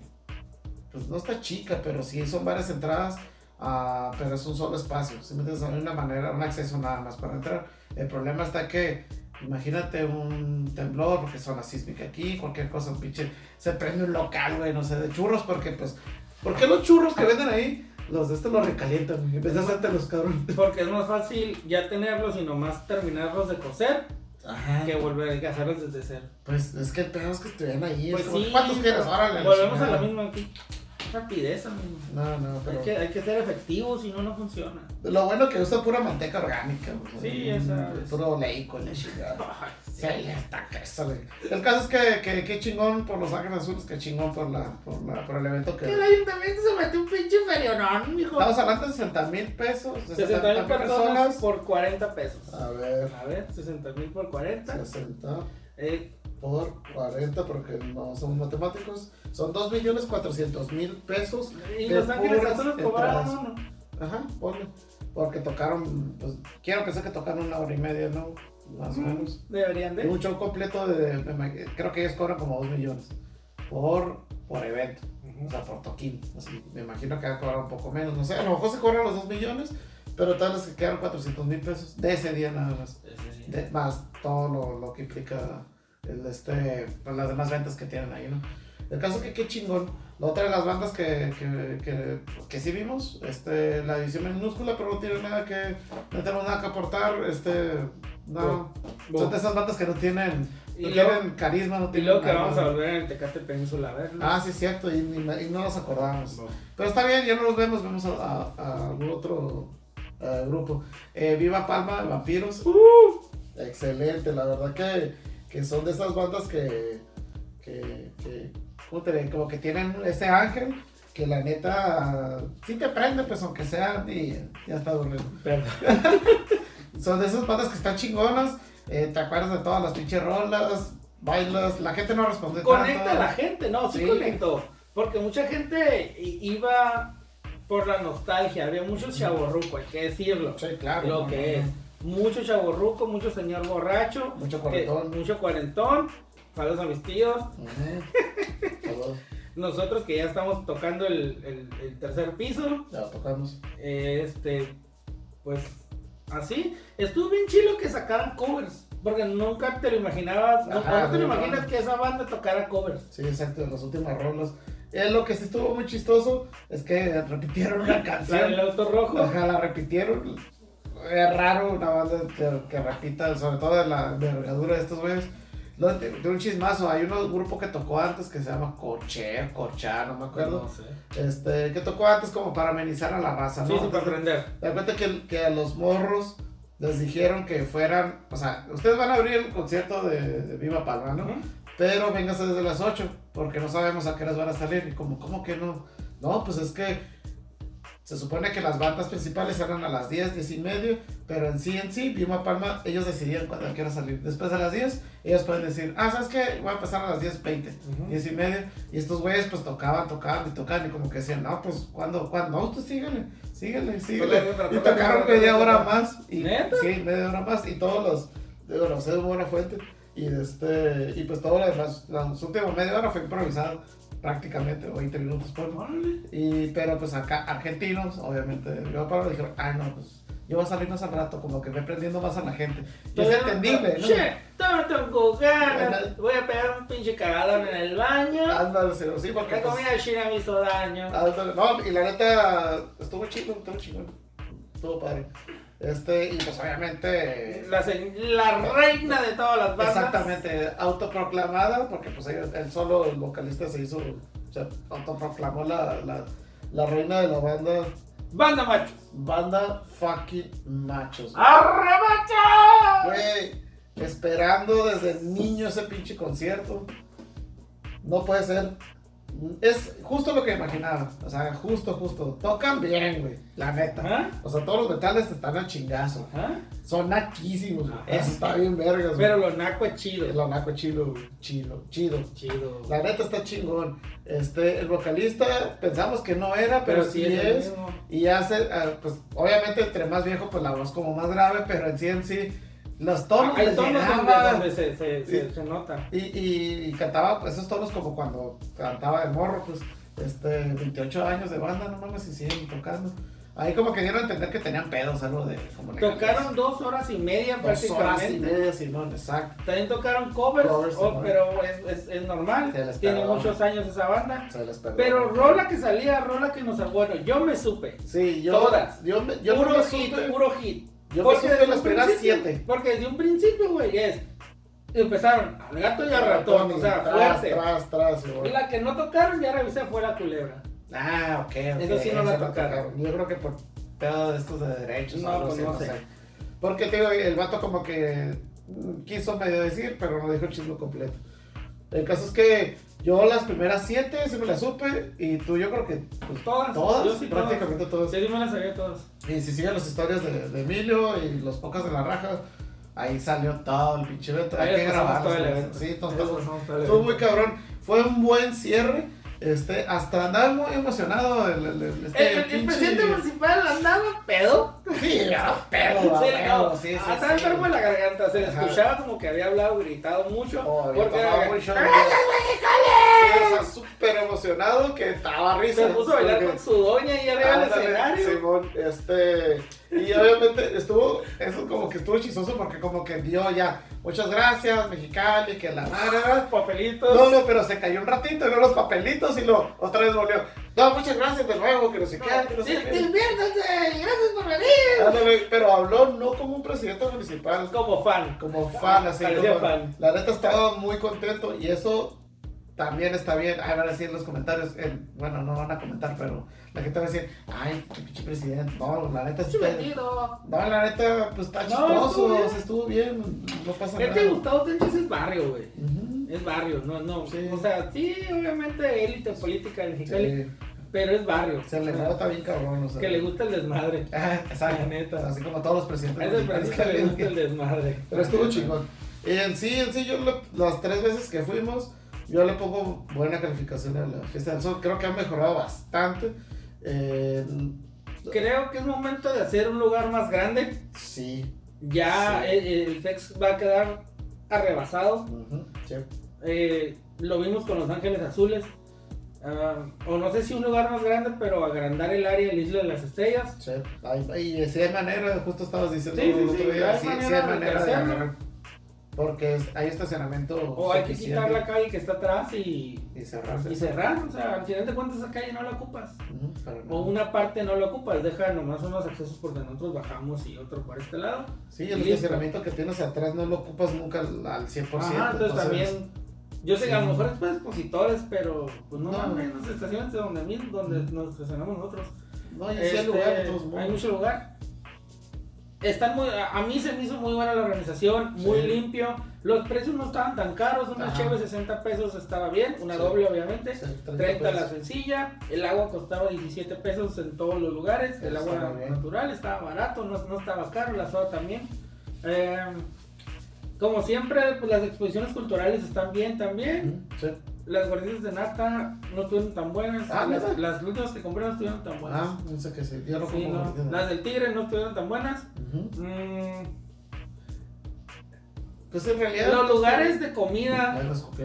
Speaker 2: pues no está chica, pero sí son varias entradas, ah, pero es un solo espacio, simplemente hay una manera, un acceso nada más para entrar. El problema está que, imagínate un temblor, porque zona sísmica aquí, cualquier cosa, un pinche, se prende un local, güey, no sé, de churros, porque pues, ¿por qué los churros que venden ahí? Los de estos los recalientan, güey, en vez de hacerte los cabrones.
Speaker 3: Porque es más fácil ya tenerlos y nomás terminarlos de coser
Speaker 2: Ajá.
Speaker 3: que volver a hacerlos desde cero.
Speaker 2: Pues es que el pedo es que estuvieran ahí.
Speaker 3: Pues
Speaker 2: es como,
Speaker 3: sí,
Speaker 2: ¿Cuántos quieres? Órale.
Speaker 3: Volvemos a
Speaker 2: chingada.
Speaker 3: lo mismo aquí. Rapidez, amigo.
Speaker 2: No, no, pero.
Speaker 3: Hay que, hay que ser efectivos, si no, no funciona.
Speaker 2: Lo bueno que usa pura manteca orgánica, güey.
Speaker 3: Sí, ya sabes.
Speaker 2: Puro leico, la chingada.
Speaker 3: Ay,
Speaker 2: Sí, está que sale. El caso es que, que, que chingón por los Ángeles Azules, que chingón por, la, por, la, por el evento que.
Speaker 3: El ayuntamiento se metió un pinche ferionón, mijo.
Speaker 2: Estamos hablando de 60 mil pesos,
Speaker 3: 60 mil personas
Speaker 2: personas.
Speaker 3: por 40 pesos.
Speaker 2: A ver,
Speaker 3: A ver, 60 mil por 40.
Speaker 2: 60
Speaker 3: Eh,
Speaker 2: por 40, porque no somos matemáticos, son 2 millones 400 mil pesos.
Speaker 3: y
Speaker 2: De
Speaker 3: Los Ángeles
Speaker 2: puras
Speaker 3: Azules cobraron
Speaker 2: entradas.
Speaker 3: uno.
Speaker 2: Ajá, ponle. Porque tocaron, pues quiero pensar que tocaron una hora y media, ¿no? Más o menos.
Speaker 3: Deberían
Speaker 2: Y
Speaker 3: de.
Speaker 2: un show completo de, de ma- creo que ellos cobran como 2 millones por, por evento, o sea, por toquín. Así, me imagino que van a cobrar un poco menos, no sé, a lo mejor se cobran los 2 millones, pero tal vez que quedaron 400 mil pesos de ese día nada más. De- más todo lo, lo que implica el, este, pues, las demás ventas que tienen ahí, ¿no? El caso que qué chingón. La otra de las bandas que, que, que, que sí vimos, este, la edición minúscula, pero no tiene nada que, no tenemos nada que aportar, este, no. Son de esas bandas que no tienen,
Speaker 3: Y
Speaker 2: no
Speaker 3: luego-
Speaker 2: tienen carisma, no
Speaker 3: Y
Speaker 2: tienen
Speaker 3: luego que
Speaker 2: nada.
Speaker 3: vamos a volver en el Tecate Península a verlo.
Speaker 2: Ah, sí, es cierto, y, ni- y no nos acordamos.
Speaker 3: No.
Speaker 2: Pero está bien, ya no los vemos, vemos a, a- a algún otro eh, grupo. Eh, Viva Palma, Vampiros.
Speaker 3: Uh.
Speaker 2: Excelente, la verdad que, que son de esas bandas que, que, que ¿cómo te diré? como que tienen ese ángel que la neta sí te prende, pues aunque sea, y ya está durmiendo.
Speaker 3: Perdón.
Speaker 2: *laughs* Son de esas bandas que están chingonas, eh, te acuerdas de todas las pinches rolas, bailas, la gente no responde
Speaker 3: Conecta a
Speaker 2: tanto.
Speaker 3: la gente, no, sí,
Speaker 2: ah, Sí.
Speaker 3: conectó. Porque mucha gente i- iba por la nostalgia, había muchos chaborruco, hay que decirlo.
Speaker 2: Sí, claro.
Speaker 3: Lo
Speaker 2: no,
Speaker 3: que
Speaker 2: no,
Speaker 3: es. Mucho chaborruco, mucho señor borracho.
Speaker 2: no. Mucho
Speaker 3: que-
Speaker 2: cuarentón.
Speaker 3: mucho cuarentón. Saludos a mis tíos.
Speaker 2: Ujú. Todos,
Speaker 3: Nosotros que ya estamos tocando el, el- el tercer piso.
Speaker 2: ya lo tocamos.
Speaker 3: eh, Este, pues así. Estuvo bien chilo que sacaran covers. Porque nunca te lo imaginabas,
Speaker 2: Ajá,
Speaker 3: nunca te lo
Speaker 2: no, no.
Speaker 3: imaginas que esa banda tocara covers.
Speaker 2: Sí, exacto, las últimas rolas. Eh, lo que sí estuvo muy chistoso es que repitieron una
Speaker 3: La del
Speaker 2: canción.
Speaker 3: auto rojo.
Speaker 2: Ajá, la repitieron. Es raro una banda que, que repita, sobre todo de la de envergadura de estos güeyes. Lo De, de un chismazo, hay un grupo que tocó antes que se llama Corcher, Corchá, no me acuerdo.
Speaker 3: No sé.
Speaker 2: Este, que tocó antes como para amenizar a la raza, ¿no?
Speaker 3: Sí, sí, para
Speaker 2: Entonces,
Speaker 3: aprender.
Speaker 2: Da cuenta que, que a los morros les dijeron que fueran, o sea, ustedes van a abrir el concierto de, de Viva Palma, ¿no? Pero véngase desde las 8, porque no sabemos a qué horas van a salir. Y como, ¿cómo que no? No, pues es que se supone que las bandas principales salen a las 10, 10 y medio, pero en sí, en sí, Viva Palma, ellos decidían cuándo a qué hora salir. Después de las 10, ellos pueden decir, ah, ¿sabes qué? Voy a pasar a las 10.20. 10 y media, y estos güeyes pues tocaban, tocaban y tocaban, y como que decían, no, pues, ¿cuándo? ¿Cuándo? No, usted síguele, síguele, síguele. Y tocaron media hora más. Y,
Speaker 3: ¿Neta?
Speaker 2: Sí, media hora más. Y todos los. Digo, no sé, de buena fuente. Y, este, y pues todo lo demás. La última media hora fue improvisado prácticamente, o 20 minutos por
Speaker 3: Órale.
Speaker 2: y Pero pues acá, argentinos, obviamente. Yo para dijeron, ah, no, pues yo voy a salir más al rato, como que voy prendiendo más a la gente. Y Pues es
Speaker 3: Todavía no-
Speaker 2: entendible, ¿no?
Speaker 3: Che, todavía no tengo
Speaker 2: Ajá.
Speaker 3: ganas. Voy a pegar un pinche cagadón en el baño.
Speaker 2: Ándale, sí, sí, porque.
Speaker 3: La
Speaker 2: pues, Ah,
Speaker 3: comida china me hizo daño.
Speaker 2: ándale. no, y la neta, estuvo chido, estuvo chido. Estuvo padre. Este, y pues obviamente.
Speaker 3: La, se- la reina de todas las bandas.
Speaker 2: Exactamente, autoproclamada, porque pues él, él solo, el vocalista, se hizo, se autoproclamó la, la, la reina de la banda,
Speaker 3: Banda macho.
Speaker 2: banda fucking machos.
Speaker 3: Ah.
Speaker 2: güey.
Speaker 3: ¡Arre macho!
Speaker 2: Güey, esperando desde niño ese pinche concierto. No puede ser. Es justo lo que imaginaba, o sea, justo, justo. Tocan bien, güey, la neta.
Speaker 3: Ajá,
Speaker 2: O sea, todos los metales están al chingazo.
Speaker 3: ajá.
Speaker 2: Son naquísimos, güey.
Speaker 3: Ajá.
Speaker 2: Eso está bien vergas, güey.
Speaker 3: Pero lo naco es chido.
Speaker 2: Es lo naco chido, güey. chido, chido.
Speaker 3: Chido.
Speaker 2: La neta está chingón. Este, el vocalista pensamos que no era, pero, sí
Speaker 3: el
Speaker 2: es.
Speaker 3: mismo.
Speaker 2: Y hace, ah, pues obviamente entre más viejo, pues la voz como más grave, pero en sí en sí, los tonos
Speaker 3: Hay
Speaker 2: les
Speaker 3: tonos donde,
Speaker 2: llenaba.
Speaker 3: donde se, se, se- se nota.
Speaker 2: Y, y- y cantaba pues, esos tonos como cuando cantaba de morro, pues, este, 28 años de banda, no mames, y siguen tocando. Ahí como que dieron a entender que tenían pedos, algo de... Como legales.
Speaker 3: Tocaron dos horas y media
Speaker 2: Dos horas y
Speaker 3: prácticamente.
Speaker 2: media, Simón, exacto.
Speaker 3: También tocaron covers,
Speaker 2: Covers,
Speaker 3: oh,
Speaker 2: ajá.
Speaker 3: pero es, es- es normal.
Speaker 2: Se les
Speaker 3: Tiene
Speaker 2: pegaba.
Speaker 3: muchos años esa banda.
Speaker 2: Se les pegó.
Speaker 3: Pero rola que salía, rola que nos. Bueno, yo me supe.
Speaker 2: Sí, yo...
Speaker 3: Todas.
Speaker 2: Yo, me- yo
Speaker 3: puro
Speaker 2: no me
Speaker 3: hit,
Speaker 2: supe-
Speaker 3: puro hit.
Speaker 2: Yo me
Speaker 3: Porque
Speaker 2: supe
Speaker 3: desde
Speaker 2: las
Speaker 3: un
Speaker 2: primeras
Speaker 3: principio-
Speaker 2: siete.
Speaker 3: Porque desde un principio, güey, es Y empezaron al gato y al ratón, o sea,
Speaker 2: tras,
Speaker 3: fuerte.
Speaker 2: tras, tras, güey.
Speaker 3: La que no tocaron, ya revisé, fue la culebra.
Speaker 4: Ah, ok, ok.
Speaker 3: Eso sí no la
Speaker 4: esa
Speaker 3: tocaron.
Speaker 4: Yo creo que por pedo de estos de derechos. o
Speaker 3: No,
Speaker 4: algo
Speaker 3: pues
Speaker 4: así,
Speaker 3: no sé.
Speaker 2: Porque te digo, el vato como que mm, quiso medio decir, pero no dijo el chisme completo. El caso es que yo las primeras siete sí me las supe y tú yo creo que pues,
Speaker 3: Todas.
Speaker 2: todas,
Speaker 3: Ah, Yo sí, todas.
Speaker 2: prácticamente todas.
Speaker 3: Pues Sí, yo me las sabía todas.
Speaker 2: Y si siguen las historias de, de Emilio y los pocas de la raja, ahí salió todo el pinche evento. Hay
Speaker 3: Ahí
Speaker 2: que
Speaker 3: les pasamos
Speaker 2: grabar.
Speaker 3: todo el evento.
Speaker 2: Sí, todo
Speaker 3: Ahí
Speaker 2: está
Speaker 3: les
Speaker 2: bueno.
Speaker 3: pasamos todo el
Speaker 2: Estuvo
Speaker 3: evento.
Speaker 2: muy cabrón. Fue un buen cierre. Este, hasta andaba muy emocionado el, el- el- este
Speaker 3: El, el- el
Speaker 2: pinche-
Speaker 3: presidente municipal andaba pedo.
Speaker 2: Sí, era pedo.
Speaker 3: Sí,
Speaker 2: a
Speaker 3: no,
Speaker 2: huevo, sí, sí,
Speaker 3: Estaba
Speaker 2: sí.
Speaker 3: enfermo en la garganta. Se le
Speaker 2: Ajá.
Speaker 3: escuchaba como que había hablado, gritado mucho.
Speaker 2: Oh, había
Speaker 3: porque
Speaker 2: tomado
Speaker 3: era-
Speaker 2: mucho, güey. Sí, o sea, súper emocionado que estaba risa.
Speaker 3: se puso a bailar con su doña y arriba del
Speaker 2: Ándale,
Speaker 3: escenario.
Speaker 2: Simón, este. Y obviamente estuvo. Eso como que estuvo chistoso porque como que dio ya. Muchas gracias, Mexicali, que la madre. ¿verdad?
Speaker 3: Papelitos.
Speaker 2: No, no, pero se cayó un ratito, vio los papelitos y lo otra vez volvió. No, muchas gracias de nuevo, que no sé qué, que no sé
Speaker 3: Sí,
Speaker 2: qué.
Speaker 3: Diviértanse, gracias por venir.
Speaker 2: Ándale, pero habló no como un presidente municipal,
Speaker 3: Como fan.
Speaker 2: como fan, así
Speaker 3: Parecía
Speaker 2: como-
Speaker 3: fan.
Speaker 2: La neta estaba muy contento y eso también está bien. Ahí van a decir en los comentarios, eh, bueno, no van a comentar, pero la gente va a decir, ay, qué pinche presidente. No, la neta sí. está-
Speaker 3: Bienvenido.
Speaker 2: No, la neta, pues está
Speaker 3: No,
Speaker 2: chistoso,
Speaker 3: estuvo bien.
Speaker 2: o sea, estuvo bien, no pasa nada.
Speaker 3: Este Gustavo Sánchez es barrio, güey.
Speaker 2: Ujú.
Speaker 3: Es barrio, no, no.
Speaker 2: Sí.
Speaker 3: O sea, sí, obviamente élite política en Mexicali,
Speaker 2: Sí,
Speaker 3: pero es barrio.
Speaker 2: se le nota bien cabrón, o sea.
Speaker 3: Que le gusta el desmadre.
Speaker 2: Ah, exacto.
Speaker 3: La neta.
Speaker 2: Así como todos los
Speaker 3: A ese
Speaker 2: presidentes.
Speaker 3: presidente le gusta el desmadre.
Speaker 2: Pero estuvo chingón. Y en sí, en sí, yo lo- las tres veces que fuimos, yo le pongo buena calificación a la fiesta del sol. Creo que ha mejorado bastante. Eh,
Speaker 3: Creo que es momento de hacer un lugar más grande.
Speaker 2: sí.
Speaker 3: Ya
Speaker 2: Sí.
Speaker 3: el, el FEX va a quedar arrebasado.
Speaker 2: Ujú, sí.
Speaker 3: Eh, lo vimos con Los Ángeles Azules. Ah, o no sé si un lugar más grande, pero agrandar el área de la Isla de las Estrellas.
Speaker 2: sí. Ay, ay, y si hay manera, justo estabas diciendo
Speaker 3: Sí, sí,
Speaker 2: el otro
Speaker 3: sí,
Speaker 2: día,
Speaker 3: hay
Speaker 2: sí,
Speaker 3: manera
Speaker 2: sí hay
Speaker 3: de
Speaker 2: manera de
Speaker 3: hacerlo.
Speaker 2: agarrar. Porque es- hay estacionamiento.
Speaker 3: O hay que
Speaker 2: suficiente
Speaker 3: quitar la calle que está atrás y,
Speaker 2: Y cerrarse.
Speaker 3: y cerrar. O sea, al final de cuentas esa calle no la ocupas.
Speaker 2: Ujú, pero no.
Speaker 3: O una parte no la ocupas, deja nomás unos accesos porque nosotros bajamos y otro por este lado.
Speaker 2: Sí, el
Speaker 3: Listo.
Speaker 2: estacionamiento que tienes atrás no lo ocupas nunca al, al 100%.
Speaker 3: Ajá, entonces también. Yo sé que a
Speaker 2: sí.
Speaker 3: lo mejor es para expositores, pero pues no,
Speaker 2: No.
Speaker 3: mames, nos estaciones de donde, mil- donde nos estacionamos nosotros.
Speaker 2: No, y sí
Speaker 3: Este,
Speaker 2: hay lugar de todos modos.
Speaker 3: hay mucho lugar. Están muy, a a mí se me hizo muy buena la organización, muy
Speaker 2: Sí.
Speaker 3: limpio. Los precios no estaban tan caros, una
Speaker 2: Ajá.
Speaker 3: chévere 60 pesos estaba bien, una
Speaker 2: Sí.
Speaker 3: doble obviamente.
Speaker 2: Sí, 30
Speaker 3: 30, la
Speaker 2: pesos.
Speaker 3: sencilla, el agua costaba 17 pesos en todos los lugares, el
Speaker 2: Está
Speaker 3: agua
Speaker 2: bien.
Speaker 3: natural estaba barato, no, no estaba caro, la soda también. Eh, como siempre, pues las exposiciones culturales están bien también.
Speaker 2: Ujú, sí.
Speaker 3: Las guardias de nata no estuvieron tan buenas.
Speaker 2: Ah,
Speaker 3: las,
Speaker 2: ¿neta?
Speaker 3: las últimas que compré no estuvieron tan buenas.
Speaker 2: Ah, no sé qué sí. Yo no
Speaker 3: Sí,
Speaker 2: como
Speaker 3: no.
Speaker 2: gordita.
Speaker 3: Las del tigre no estuvieron tan buenas.
Speaker 2: Ujú.
Speaker 3: Mm,
Speaker 2: Pues en realidad.
Speaker 3: los lugares de
Speaker 2: *laughs*
Speaker 3: comida,
Speaker 2: Ahí lo escupí.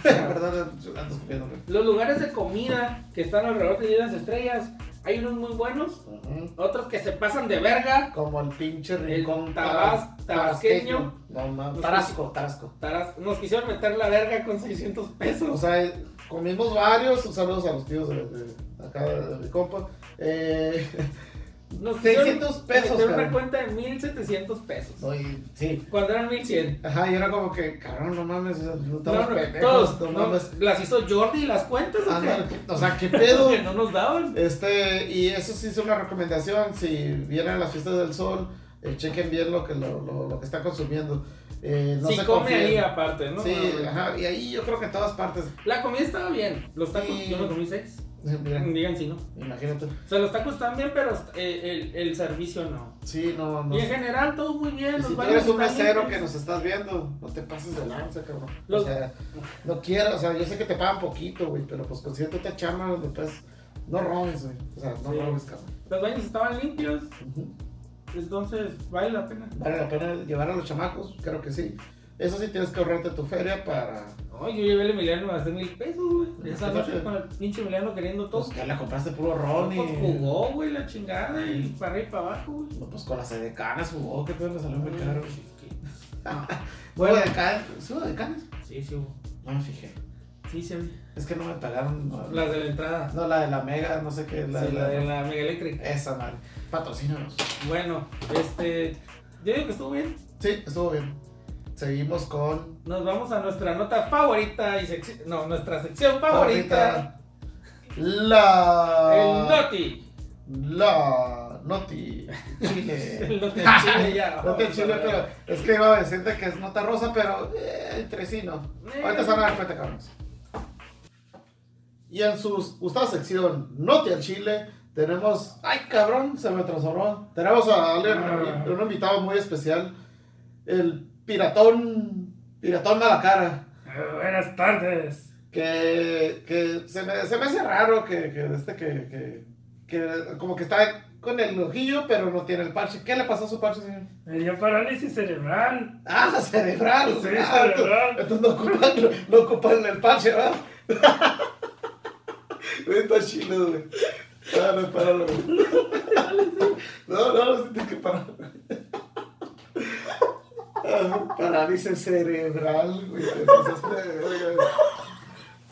Speaker 2: Perdón, yo ando escupiendo. güey.
Speaker 3: los lugares de comida que están alrededor de las estrellas, hay unos muy buenos,
Speaker 2: Ujú.
Speaker 3: otros que se pasan de verga.
Speaker 2: Como el pinche rincón.
Speaker 3: tabas-
Speaker 2: tabas-
Speaker 3: tabasqueño.
Speaker 2: No, no,
Speaker 3: Los
Speaker 2: tarasco, tarasco.
Speaker 3: Taras- Nos quisieron meter la verga con 600
Speaker 2: O
Speaker 3: pesos.
Speaker 2: sea, eh, comimos varios. Un saludos a los tíos de, de acá de, de mi compa. Eh, *laughs*
Speaker 3: Nos
Speaker 2: 600
Speaker 3: quisieron
Speaker 2: pesos,
Speaker 3: meter una
Speaker 2: cabrón.
Speaker 3: cuenta de 1700 pesos.
Speaker 2: soy, sí.
Speaker 3: Cuando eran 1100.
Speaker 2: Ajá, y era como que, cabrón, no mames, o sea, no
Speaker 3: No,
Speaker 2: estamos
Speaker 3: no,
Speaker 2: pendejos,
Speaker 3: todos,
Speaker 2: no
Speaker 3: no,
Speaker 2: mames.
Speaker 3: las hizo Jordi las cuentas o qué?
Speaker 2: Ándale, O sea, qué pedo.
Speaker 3: Porque no nos daban.
Speaker 2: Este, y eso sí es una recomendación, si vienen a las fiestas del sol, eh, chequen bien lo que, lo, lo- lo que está consumiendo. Eh, no
Speaker 3: si
Speaker 2: se
Speaker 3: come
Speaker 2: confíen.
Speaker 3: ahí aparte, ¿no? Ah,
Speaker 2: Sí,
Speaker 3: No, no, no.
Speaker 2: ajá, y ahí yo creo que en todas partes,
Speaker 3: La comida estaba bien. Los tacos,
Speaker 2: Sí.
Speaker 3: yo me comí seis.
Speaker 2: mira,
Speaker 3: Digan si no.
Speaker 2: imagínate.
Speaker 3: O sea, los tacos están bien, pero eh, el, el servicio no.
Speaker 2: Sí, no, no.
Speaker 3: Y en general todo muy bien.
Speaker 2: Y
Speaker 3: los
Speaker 2: si tú
Speaker 3: baños
Speaker 2: eres un
Speaker 3: están
Speaker 2: mesero que
Speaker 3: limpios.
Speaker 2: nos estás viendo, no te pases de lanza, cabrón.
Speaker 3: Los-
Speaker 2: O sea, no quiero, o sea, yo sé que te pagan poquito, güey, pero pues consíguete otra chamba donde puedas- no robes, güey. O sea, no
Speaker 3: Sí.
Speaker 2: robes, cabrón.
Speaker 3: Los baños estaban limpios,
Speaker 2: Ujú.
Speaker 3: entonces vale la pena.
Speaker 2: ¿Vale la pena llevar a los chamacos? Creo que sí. Eso sí tienes que ahorrarte tu feria para...
Speaker 3: No, yo llevé al Emiliano a hacer mil pesos, güey. Esa
Speaker 2: Fíjate.
Speaker 3: noche con el pinche Emiliano queriendo todo.
Speaker 2: Pues que la compraste puro
Speaker 3: No,
Speaker 2: ron y...
Speaker 3: pues, jugó, güey, la chingada y para arriba y para abajo, güey.
Speaker 2: No, pues con las de canas jugó, que pedo le salió muy caro.
Speaker 3: No,
Speaker 2: *laughs* Bueno, de canas? ¿Subo de canas?
Speaker 3: sí, sí, hubo.
Speaker 2: No me fijé.
Speaker 3: sí, sí. había.
Speaker 2: Es que no me pagaron. No,
Speaker 3: Las de la entrada.
Speaker 2: no, la de la mega, no sé qué. La,
Speaker 3: Sí,
Speaker 2: de
Speaker 3: la
Speaker 2: la,
Speaker 3: de la mega eléctrica.
Speaker 2: Esa, madre. Patrocínanos.
Speaker 3: Bueno, este. Yo digo que estuvo bien.
Speaker 2: Sí, estuvo bien. Seguimos con.
Speaker 3: Nos vamos a nuestra nota favorita y secci- no, nuestra sección favorita,
Speaker 2: Favorita. La.
Speaker 3: el Noti.
Speaker 2: La. Noti. Chile.
Speaker 3: *laughs* El Noti de Chile ya.
Speaker 2: Noti de Chile, pero. Es que iba a decirte que es nota rosa, pero. eh, entre sí no. Ahorita se van a dar cuenta, cabrones. Y en su gustada sección, Noti al Chile, tenemos. ¡Ay, cabrón! Se me transformó. Tenemos a alguien,
Speaker 3: Ah.
Speaker 2: un invitado muy especial. El piratón. Piratón mala cara.
Speaker 3: Eh, buenas tardes.
Speaker 2: Que, que se, me, se me hace raro que, que este que, que, que como que está con el ojillo, pero no tiene el parche. ¿Qué le pasó a su parche, señor?
Speaker 5: Me dio parálisis cerebral.
Speaker 2: Ah, *laughs* cerebral.
Speaker 5: Sí,
Speaker 2: ah,
Speaker 5: cerebral.
Speaker 2: Entonces no ocupan, no, no ocupan el parche, ¿verdad? *laughs* Güey, Está chido, güey. Ah, no, páralo, güey. *laughs* No, no, no, sí tienes que parar. Ah, Parálisis cerebral, güey. te pasaste de verga, güey.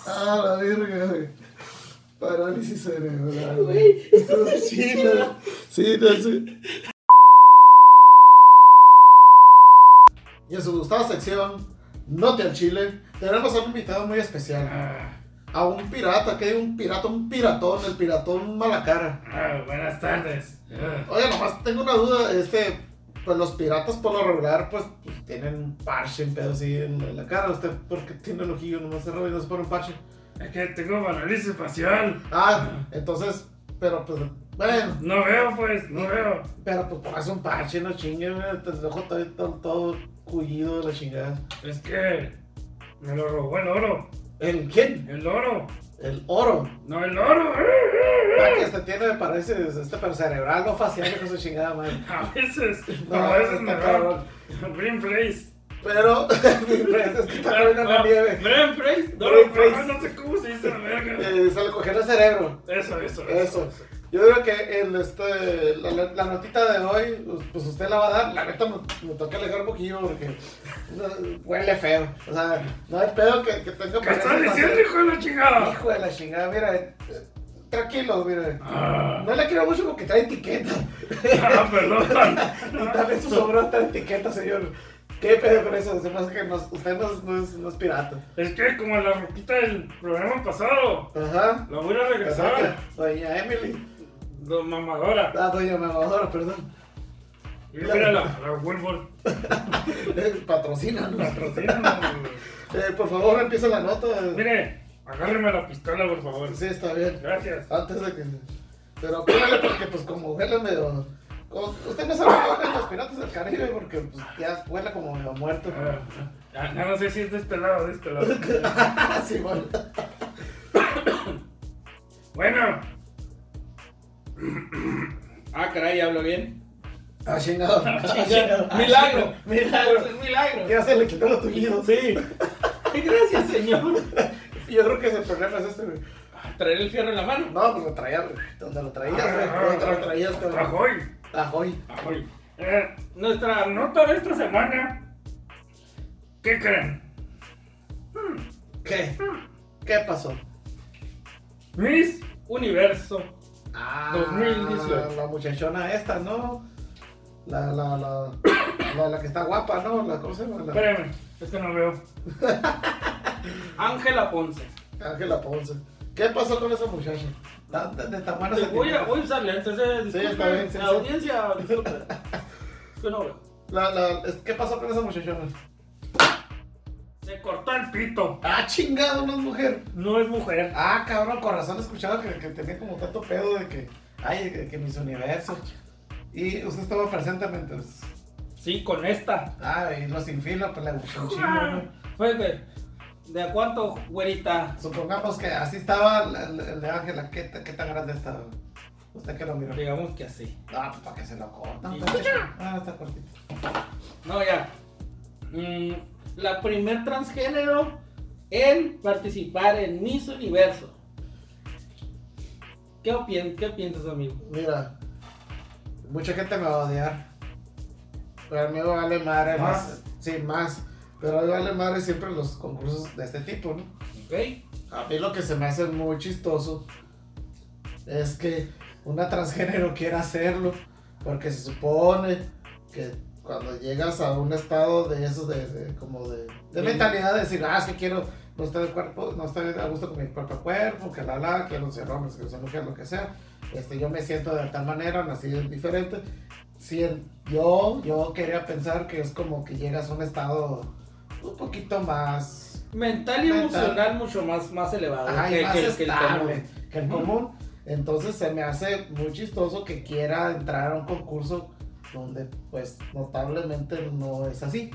Speaker 2: Ah, la verga, güey. Parálisis cerebral. Güey, esto es chido. Sí, no, sí. Y en su gustada sección, Note al Chile, tenemos a un invitado muy especial.
Speaker 5: Ah,
Speaker 2: A un pirata, que hay un pirata, un piratón, el piratón mala cara.
Speaker 5: ah, buenas tardes. Ah,
Speaker 2: Oye, nomás tengo una duda, este, pues los piratas por lo regular, pues, pues, tienen un parche, un pedo así en, en la cara. Usted, porque tiene el ojillo nomás cerrado y no es por un parche.
Speaker 5: Es que tengo parálisis facial.
Speaker 2: Ah, entonces, pero pues, bueno.
Speaker 5: No veo, pues, no veo.
Speaker 2: Pero pues pongas un parche, no chingue, güey, te dejo todo, todo, todo cullido de la chingada.
Speaker 5: Es que me lo robó el oro.
Speaker 2: ¿El quién?
Speaker 5: El oro.
Speaker 2: El oro.
Speaker 5: No, el oro.
Speaker 2: Ah, que este tiene, parece, este, pero cerebral, no facial, con su chingada madre.
Speaker 5: A veces,
Speaker 2: No,
Speaker 5: a veces
Speaker 2: está
Speaker 5: me
Speaker 2: cabrón.
Speaker 5: robo. Green Place.
Speaker 2: Pero, *laughs* es que está cayendo la nieve.
Speaker 3: Brian Price,
Speaker 5: No,
Speaker 2: Green
Speaker 5: no,
Speaker 2: Place.
Speaker 5: Ah, no sé cómo se dice la verga.
Speaker 2: Eh, se le cogió el cerebro.
Speaker 5: Eso, eso,
Speaker 2: Eso.
Speaker 5: eso.
Speaker 2: Yo creo que el, este, la, la- la notita de hoy, pues usted la va a dar. La neta me, me toca alejar un poquillo porque no, huele feo. O sea, no hay pedo que, que tenga
Speaker 5: ¿Qué estás
Speaker 2: paredes
Speaker 5: diciendo, hijo de la
Speaker 2: faciales.
Speaker 5: chingada?
Speaker 2: Hijo de la chingada, mira. eh, Tranquilo, mire.
Speaker 5: Ah, *laughs*
Speaker 2: No le quiero mucho porque trae etiqueta. *laughs*
Speaker 5: ah, perdón.
Speaker 2: Y también su sobró otra etiqueta, señor. ¿Qué pedo con eso? Se me hace que nos- usted no es, no es- no es pirata.
Speaker 5: Es que como la roquita del programa pasado,
Speaker 2: Ajá.
Speaker 5: la voy a regresar.
Speaker 2: Doña Emily.
Speaker 5: Don Mamadora.
Speaker 2: Ah, doña Mamadora, perdón.
Speaker 5: Y mira la, la Wilbur.
Speaker 2: Eh, Patrocínanos.
Speaker 5: Patrocina.
Speaker 2: Eh, por favor, empieza la nota.
Speaker 5: Mire, agárreme la pistola, por favor.
Speaker 2: Sí, está bien.
Speaker 5: Gracias.
Speaker 2: Antes de que. Pero apúrale porque, pues, como huele medio. como- Usted no sabe cómo huelen los piratas del Caribe porque, pues, ya huele como medio muerto.
Speaker 5: Ah, ya, ya no sé si es de este lado o de este lado.
Speaker 2: *laughs* sí, bueno.
Speaker 5: Bueno,
Speaker 3: Ah, caray, hablo bien.
Speaker 2: Ah, chingado.
Speaker 3: Milagro.
Speaker 2: Ah, Milagro.
Speaker 3: Es un milagro.
Speaker 2: Ya se le quitó los tuñidos. Sí.
Speaker 3: Ay, Gracias, señor.
Speaker 2: Yo creo que ese problema es este, güey.
Speaker 3: Traer el fierro en la mano.
Speaker 2: No, pues lo traía, güey. Donde lo traías, güey. Donde lo traías, cabrón.
Speaker 5: Rajoy.
Speaker 2: Ajoy.
Speaker 5: Rajoy. Eh, nuestra nota de esta semana. ¿Qué creen?
Speaker 2: ¿Qué? ¿Qué pasó?
Speaker 5: Miss Universo.
Speaker 2: Ah,
Speaker 5: 2018.
Speaker 2: La muchachona esta, ¿no? La, la, la, la, la que está guapa, ¿no? La, ¿Cómo se llama? La-
Speaker 5: Espérame, es que no veo.
Speaker 3: Ángela Ponce.
Speaker 2: Ángela Ponce. ¿Qué pasó con esa muchacha? Tan- tan- De tamaño
Speaker 3: Te
Speaker 2: se
Speaker 3: Voy a, voy a usarle antes de
Speaker 2: Sí, está bien, sí,
Speaker 3: la
Speaker 2: sí.
Speaker 3: audiencia. disculpe. Es que no veo.
Speaker 2: La, la, es- ¿Qué pasó con esa muchachona?
Speaker 5: Se cortó el pito.
Speaker 2: Ah, chingado, no es mujer.
Speaker 5: No es mujer.
Speaker 2: Ah, cabrón, con razón escuchaba que, que tenía como tanto pedo de que, ay, que, que mis universos. Y usted estaba presente mientras.
Speaker 3: Sí, con esta.
Speaker 2: Ah, y los infila, pues la gustó un chingo, ¿no?
Speaker 3: Fue de. pues, ¿De a cuánto, güerita?
Speaker 2: Supongamos que así estaba la- la- el de Ángela. ¿Qué, ta- qué tan grande estaba? Usted que lo miró.
Speaker 3: Digamos que así.
Speaker 2: Ah, pues para que se lo cortan.
Speaker 3: Sí.
Speaker 2: pues. Ah, está cortito.
Speaker 3: No, ya. Mm, la primer transgénero en participar en Miss Universo. ¿Qué, opien- qué piensas, amigo?
Speaker 2: Mira, mucha gente me va a odiar. Pero a mí me vale madre
Speaker 5: ¿Más?
Speaker 2: más. Sí, más. Pero a mí me vale madre siempre los concursos de este tipo, ¿no?
Speaker 3: ¿Ok?
Speaker 2: A mí lo que se me hace muy chistoso es que una transgénero quiera hacerlo porque se supone que cuando llegas a un estado de esos de, de- como de, de
Speaker 4: Sí.
Speaker 2: mentalidad de decir, ah, es que quiero no estar, el cuerpo, no estar a gusto con mi propio cuerpo, que la la, que los hombres, que los mujeres, lo que sea. Este, yo me siento de tal manera, nací diferente. Sí, el- yo, yo quería pensar que es como que llegas a un estado un poquito más,
Speaker 3: Mental y
Speaker 2: Mental.
Speaker 3: emocional mucho más, más elevado
Speaker 2: ajá, y
Speaker 3: que,
Speaker 2: más
Speaker 3: que- que el
Speaker 2: estable
Speaker 3: común.
Speaker 2: que el común. Entonces se me hace muy chistoso que quiera entrar a un concurso donde pues notablemente no es así.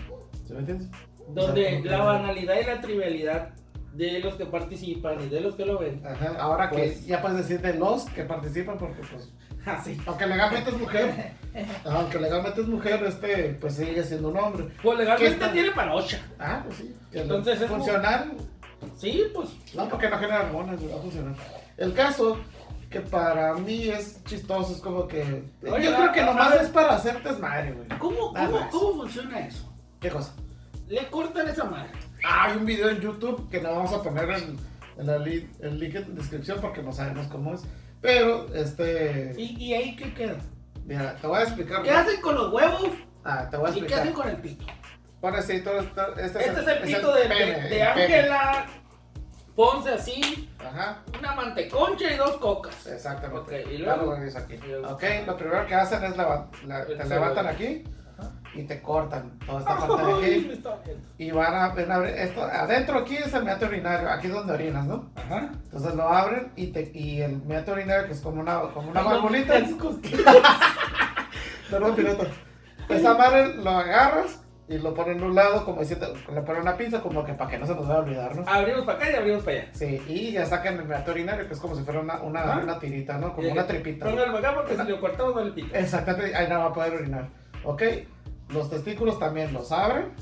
Speaker 2: ¿Sí me entiendes?
Speaker 3: Donde
Speaker 2: Exacto.
Speaker 3: la banalidad y la trivialidad de los que participan y de los que lo ven. *laughs*
Speaker 2: Ajá, ahora
Speaker 3: Pues-
Speaker 2: que ya puedes decir de los que participan porque pues
Speaker 3: Así.
Speaker 2: aunque legalmente es
Speaker 3: *laughs*
Speaker 2: mujer, aunque legalmente es mujer, este pues sigue siendo un hombre.
Speaker 3: Pues
Speaker 2: ¿Qué
Speaker 3: legalmente
Speaker 2: está-
Speaker 3: tiene panocha.
Speaker 2: Ah, pues sí. que no-
Speaker 3: Entonces es mu-
Speaker 2: funcional,
Speaker 3: Sí, pues.
Speaker 2: no porque no genera hormonas, va a funcionar. El caso que para mí es chistoso, es como que Ah,
Speaker 3: Oye,
Speaker 2: yo
Speaker 3: a-
Speaker 2: creo que
Speaker 3: a-
Speaker 2: nomás
Speaker 3: a ver.
Speaker 2: es para hacerte desmadre, güey.
Speaker 3: ¿Cómo,
Speaker 2: Nada
Speaker 3: cómo,
Speaker 2: más.
Speaker 3: cómo funciona eso?
Speaker 2: ¿Qué cosa?
Speaker 3: Le cortan esa madre.
Speaker 2: Ah, hay un video en YouTube que no vamos a poner en, en la li- el link en descripción porque no sabemos cómo es. Pero, este.
Speaker 3: ¿Y, y ahí qué queda?
Speaker 2: Mira, te voy a explicar.
Speaker 3: ¿Qué hacen con los huevos?
Speaker 2: Ah, te voy a
Speaker 3: ¿Y qué hacen
Speaker 2: explicar.
Speaker 3: con el pito?
Speaker 2: Pon así, todo esto- este,
Speaker 3: Este es el pito de, de-
Speaker 2: pene,
Speaker 3: de
Speaker 2: el pene.
Speaker 3: Ángela Ponce así,
Speaker 2: Ajá,
Speaker 3: una manteconcha y dos cocas.
Speaker 2: exactamente.
Speaker 3: Ok, y luego-
Speaker 2: Vamos a ver eso aquí.
Speaker 3: y luego-
Speaker 2: Ok, lo primero que hacen es leva- la-
Speaker 3: El
Speaker 2: te
Speaker 3: celular.
Speaker 2: levantan aquí y te cortan toda esta parte de
Speaker 3: Ay,
Speaker 2: aquí.
Speaker 3: me está viendo.
Speaker 2: Y van a, ven a abrir esto. Adentro aquí es el meato urinario, aquí es donde orinas, ¿no?
Speaker 5: Ajá.
Speaker 2: Entonces lo abren y, te, y el meato urinario, que es como una, como una
Speaker 3: Ay, no,
Speaker 2: valvulita.
Speaker 3: esas cosquillas.
Speaker 2: Perdón, pirata. Esa madre lo agarras y lo ponen a un lado, como diciendo, le ponen una pinza, como que para que no se nos vaya a olvidar, ¿no?
Speaker 3: Abrimos para acá y abrimos para allá.
Speaker 2: Sí, y ya sacan el meato urinario, que es como si fuera una, una,
Speaker 3: Ah.
Speaker 2: una tirita, ¿no? Como
Speaker 3: Eh,
Speaker 2: una tripita. ¿no?
Speaker 3: Póngalo para acá porque si lo cortamos vale el pito.
Speaker 2: Exactamente, ahí no va a poder orinar. Ok, los testículos también los abren,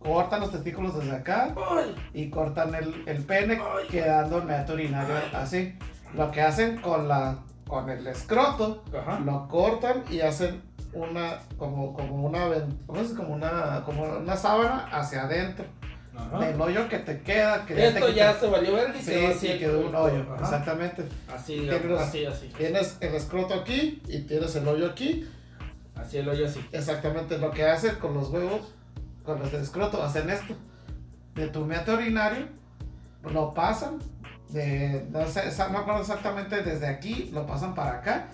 Speaker 2: cortan los testículos desde acá
Speaker 3: Ay,
Speaker 2: y cortan el, el pene,
Speaker 3: Ay.
Speaker 2: quedando el meato urinario así. Lo que hacen con, la, con el escroto
Speaker 3: Ajá.
Speaker 2: lo cortan y hacen una como como una ven- ¿cómo se dice? como una como una sábana hacia adentro del hoyo que te queda que
Speaker 3: Ah. Esto
Speaker 2: te
Speaker 3: ya
Speaker 2: quita-
Speaker 3: se valió verde y quedó
Speaker 2: sí,
Speaker 3: así.
Speaker 2: sí,
Speaker 3: el
Speaker 2: quedó un
Speaker 3: cuerpo.
Speaker 2: hoyo
Speaker 3: Ajá.
Speaker 2: exactamente
Speaker 3: Así,
Speaker 2: Tiene los-
Speaker 3: así, así.
Speaker 2: tienes el escroto aquí y tienes el hoyo aquí
Speaker 3: Así el hoyo así.
Speaker 2: exactamente lo que hacen con los huevos con los del escroto hacen esto de tu meta urinario lo pasan de no sé esa- no me acuerdo exactamente desde aquí lo pasan para acá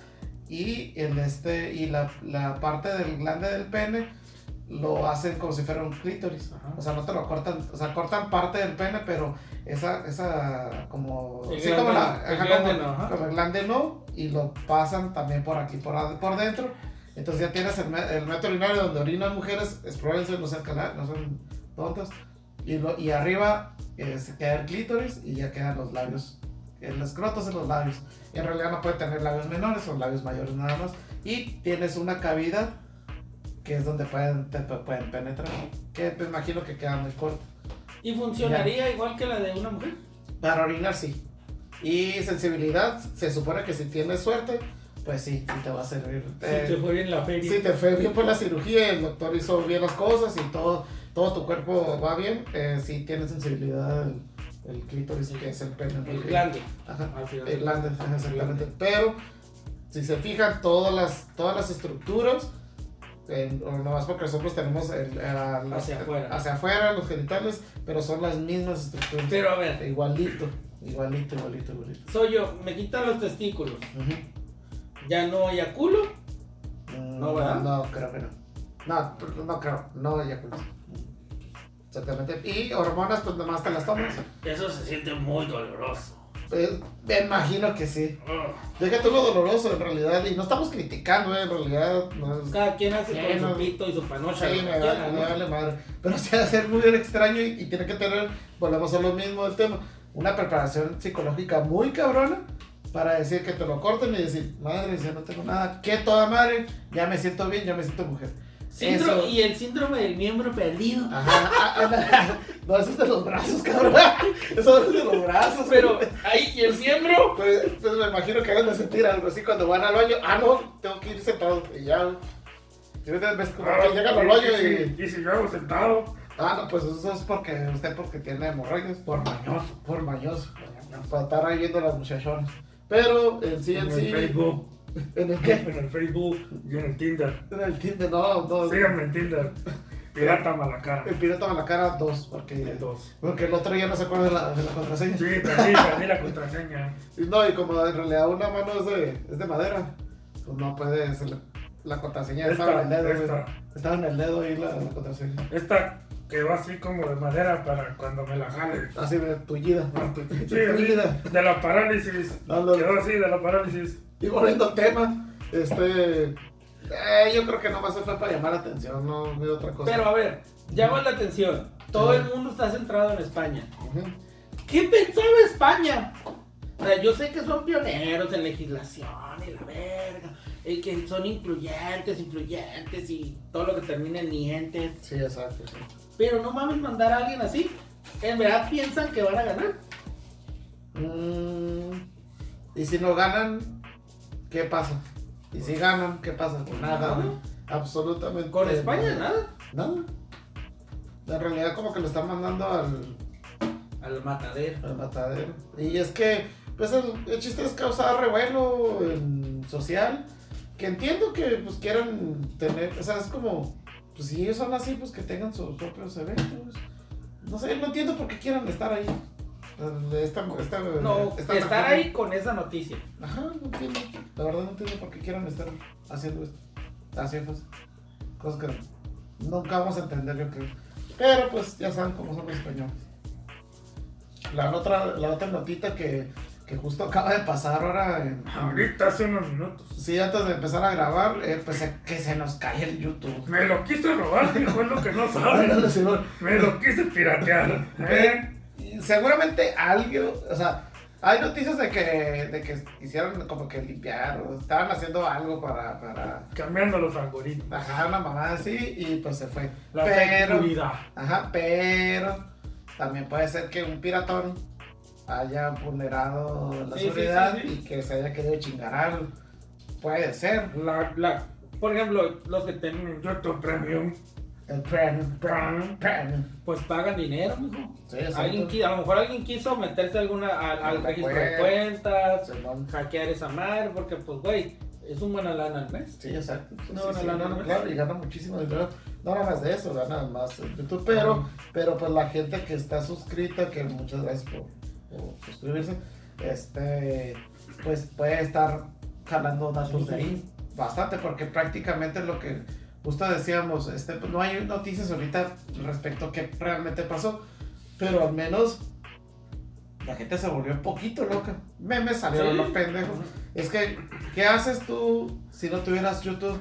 Speaker 2: y el este y la, la parte del glande del pene lo hacen como si fuera un clítoris
Speaker 3: Ajá.
Speaker 2: o sea no te lo cortan o sea cortan parte del pene pero esa esa como
Speaker 3: El
Speaker 2: sí,
Speaker 3: glande
Speaker 2: como
Speaker 3: no,
Speaker 2: la
Speaker 3: el
Speaker 2: ajá,
Speaker 3: glande
Speaker 2: como-
Speaker 3: no, ajá.
Speaker 2: como el glande no y lo pasan también por aquí por, ad- por dentro entonces ya tienes el, me- el metro urinario donde orinan mujeres explórense no sean cala- no son tontas y, lo- y arriba eh, se queda el clítoris y ya quedan los labios. El escroto es en los labios. En realidad no puede tener labios menores, son labios mayores nada más. Y tienes una cavidad que es donde pueden, te, te pueden penetrar. Que me imagino que queda muy corto.
Speaker 3: ¿Y funcionaría igual que la de una mujer?
Speaker 2: Para orinar sí. Y sensibilidad, se supone que si tienes suerte, pues sí, sí te va a servir. Eh,
Speaker 3: si te fue bien la feria.
Speaker 2: Sí, te fue bien por la cirugía, el doctor hizo bien las cosas y todo, todo tu cuerpo va bien. Eh, sí, tiene sensibilidad el, el clítoris, que es el pene. ¿no?
Speaker 3: el
Speaker 2: Que-
Speaker 3: glande.
Speaker 2: Ajá,
Speaker 3: Al final.
Speaker 2: el glande, ajá, exactamente. Pero, si se fijan, todas las, todas las estructuras, en- o nomás porque nosotros tenemos el- el- a- las-
Speaker 3: Hacia afuera.
Speaker 2: hacia afuera, los genitales, pero son las mismas estructuras.
Speaker 3: Pero a ver,
Speaker 2: Igualito, igualito, igualito, igualito.
Speaker 3: soy yo, me quitan los testículos.
Speaker 2: Ujú.
Speaker 3: Ya no hay a culo.
Speaker 2: Mm,
Speaker 3: No, ¿verdad?
Speaker 2: No, creo que no. No, pr- no creo. No eyacula. Exactamente. Y hormonas, pues nomás te las tomas.
Speaker 5: Eso se siente muy doloroso. Oh.
Speaker 2: Eh, me imagino que sí.
Speaker 5: Ugh.
Speaker 2: Deja tú lo doloroso en realidad. Y no estamos criticando, eh, en realidad. No es...
Speaker 3: Cada quien hace
Speaker 2: Sí,
Speaker 3: con
Speaker 2: no.
Speaker 3: su pito y su panocha.
Speaker 2: Sí,
Speaker 3: lo que
Speaker 2: me
Speaker 3: quiera,
Speaker 2: vale,
Speaker 3: ¿no?
Speaker 2: me vale madre. Pero *laughs* se va a hacer muy extraño y, y tiene que tener, volvemos a lo mismo del tema, una preparación psicológica muy cabrona para decir que te lo corten y decir, madre, ya no tengo nada, que toda madre, ya me siento bien, ya me siento mujer.
Speaker 3: Síndrome-
Speaker 2: Eso.
Speaker 3: Y el síndrome del miembro perdido.
Speaker 2: Ajá, ah, ah, *laughs* no, eso es de los brazos, cabrón. *laughs* Eso es de los brazos.
Speaker 3: Pero
Speaker 2: Ah.
Speaker 3: ahí, ¿y el miembro?
Speaker 2: Pues, pues me imagino que deben de sentir algo así cuando van al hoyo. Ah, no, tengo que ir sentado. Y ya. Si ves, ves como Ah,
Speaker 3: Ah,
Speaker 2: que llegan al hoyo
Speaker 5: Ah, y,
Speaker 2: y.
Speaker 5: y si yo hago sentado,
Speaker 2: Ah, no, pues eso es porque usted porque tiene hemorroides. Por mañoso. Por mañoso. Para estar ahí viendo a las muchachonas. Pero en sí, en
Speaker 5: en
Speaker 2: sí.
Speaker 5: Facebook.
Speaker 2: En el,
Speaker 5: En el Facebook y en el Tinder.
Speaker 2: en el Tinder, no, no.
Speaker 5: Síganme en Tinder. Pirata Malacara.
Speaker 2: El pirata la cara dos, porque,
Speaker 5: El dos.
Speaker 2: porque el otro ya no se acuerda de la, de la contraseña.
Speaker 5: Sí, perdí, perdí la contraseña.
Speaker 2: Y No, y como en realidad una mano es de, es de madera, pues no puede ser la, la contraseña
Speaker 5: Esta,
Speaker 2: estaba en el dedo.
Speaker 5: esta.
Speaker 2: güey. Estaba en el dedo y la, la contraseña.
Speaker 5: Esta que va así como de madera para cuando me la jale.
Speaker 2: Así de tullida.
Speaker 5: Sí, así, de la parálisis.
Speaker 2: No, no.
Speaker 5: Quedó así, de la parálisis.
Speaker 2: Y volviendo al tema, este. eh, yo creo que nomás se fue para llamar la atención, no de otra cosa.
Speaker 3: Pero a ver, llama la atención. Todo el mundo está centrado en España.
Speaker 2: Ujú.
Speaker 3: ¿Qué pensaba España? O sea, yo sé que son pioneros en legislación y la verga. Y que son incluyentes, influyentes y todo lo que termina en nientes.
Speaker 2: Sí, exacto. sí.
Speaker 3: Pero no mames mandar a alguien así. En verdad piensan que van a ganar.
Speaker 2: Mm, y si no ganan, ¿qué pasa? Y si ganan, ¿qué pasa? Nada, güey. absolutamente.
Speaker 3: Con España nada.
Speaker 2: Nada. En realidad, como que lo están mandando al,
Speaker 3: Al matadero.
Speaker 2: al matadero. Y es que, pues el, el chiste es causar revuelo en social. Que entiendo que, pues, quieran tener. O sea, es como, pues, si ellos son así, pues que tengan sus propios eventos. pues. No sé, no entiendo por qué quieran estar ahí. Esta, esta,
Speaker 3: No,
Speaker 2: esta
Speaker 3: estar
Speaker 2: mañana.
Speaker 3: ahí con esa noticia.
Speaker 2: Ajá, no entiendo. La verdad no entiendo por qué quieran estar haciendo esto. Así pues. Cosas que nunca vamos a entender, yo creo. Pero pues ya saben cómo son los españoles. La otra, la otra notita que, que justo acaba de pasar ahora en- en-
Speaker 5: Ahorita hace unos minutos.
Speaker 2: Sí, antes de empezar a grabar, eh, pues eh, que se nos cae el YouTube.
Speaker 5: Me lo quise robar, dijo, es lo que no
Speaker 2: Ándale,
Speaker 5: saben.
Speaker 2: Simón.
Speaker 5: Me lo quise piratear. ¿eh?
Speaker 2: Y seguramente alguien, o sea, hay noticias de que, de que hicieron como que limpiar, o estaban haciendo algo para- para
Speaker 5: Cambiando los algoritmos.
Speaker 2: Ajá, una mamada así y pues se fue.
Speaker 5: La
Speaker 2: pero,
Speaker 5: seguridad.
Speaker 2: ajá, pero también puede ser que un piratón haya vulnerado la
Speaker 3: Sí, sí,
Speaker 2: seguridad
Speaker 3: sí, sí.
Speaker 2: y que se haya querido chingar algo. Puede ser.
Speaker 5: La, la,
Speaker 3: Por ejemplo, los que tienen
Speaker 5: YouTube Premium.
Speaker 2: El premium, premium, premium.
Speaker 3: Pues pagan dinero, mijo.
Speaker 2: Sí, exacto.
Speaker 3: Alguien qui- a lo mejor alguien quiso meterse alguna al, al
Speaker 2: Alguna
Speaker 3: registro de
Speaker 2: cuenta.
Speaker 3: cuentas,
Speaker 2: Simón.
Speaker 3: hackear esa madre, porque pues güey, es un buena lana al mes.
Speaker 2: Sí, exacto. Sí,
Speaker 3: No,
Speaker 2: sí,
Speaker 3: no,
Speaker 2: sí,
Speaker 3: no, no,
Speaker 2: gana,
Speaker 3: no.
Speaker 2: claro, y gana muchísimo dinero. No nada más de eso, gana más en YouTube, pero, pero pues la gente que está suscrita, que muchas gracias por, por suscribirse, este, pues puede estar jalando datos de ahí bastante, porque prácticamente lo que justo decíamos, este, pues, no hay noticias ahorita respecto a qué realmente pasó, pero al menos la gente se volvió un poquito loca. Memes salieron
Speaker 3: Sí.
Speaker 2: los pendejos. Es que, ¿qué haces tú si no tuvieras YouTube?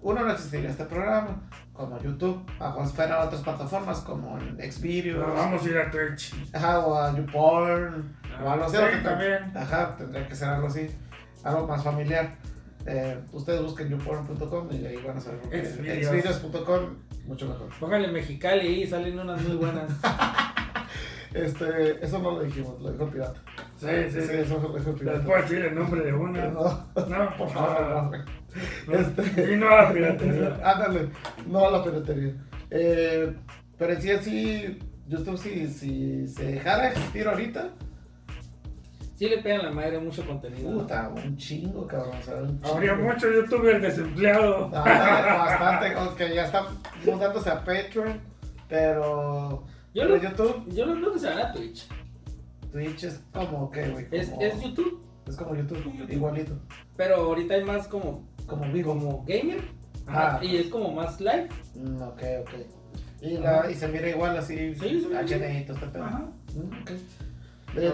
Speaker 2: Uno, no existiría este programa, como YouTube, a esperar a otras plataformas como en Xvideos,
Speaker 5: Pero vamos a ir a Twitch.
Speaker 2: ajá, o a YouPorn, o algo así.
Speaker 5: Sí,
Speaker 2: lo que te-
Speaker 5: también.
Speaker 2: Ajá, tendría que ser algo así, algo más familiar. Eh, ustedes busquen youporn.com y ahí van a saber. lo que-
Speaker 5: Xvideos.
Speaker 2: Xvideos.com, mucho mejor.
Speaker 3: Póngale Mexicali y salen unas
Speaker 2: *laughs*
Speaker 3: muy buenas.
Speaker 2: Este, eso no lo dijimos, lo dijo el pirata.
Speaker 5: Sí, sí.
Speaker 2: eso lo dijo el pirata.
Speaker 5: Les puedo decir el nombre de una. No,
Speaker 2: Ah, No, *laughs* por favor, no.
Speaker 5: no.
Speaker 2: Este-
Speaker 5: Y no a la piratería.
Speaker 2: *laughs* Ándale, no a la piratería. Eh, pero en sí, así, YouTube, si, si se dejara de existir ahorita,
Speaker 3: Sí le pegan la madre a mucho contenido. ¿no?
Speaker 2: puta, un chingo, cabrón. o sea, un chingo.
Speaker 5: Habría mucho youtuber desempleado.
Speaker 2: Ándale, bastante, aunque ya están mudándose a Patreon, pero.
Speaker 3: Yo
Speaker 2: pero
Speaker 3: lo-
Speaker 2: YouTube,
Speaker 3: Yo no creo que se van a Twitch.
Speaker 2: Twitch es como que, güey.
Speaker 3: Es,
Speaker 2: como-
Speaker 3: es YouTube,
Speaker 2: es como YouTube, igualito.
Speaker 3: pero ahorita hay más como
Speaker 2: Como vivo.
Speaker 3: como gamer
Speaker 2: Ah.
Speaker 3: y es como más live.
Speaker 2: Mm, ok, ok. Y, la, y se mira igual así,
Speaker 3: Sí, se mira
Speaker 2: HD y todo este pedo.
Speaker 3: Ajá.
Speaker 2: Mm, ok.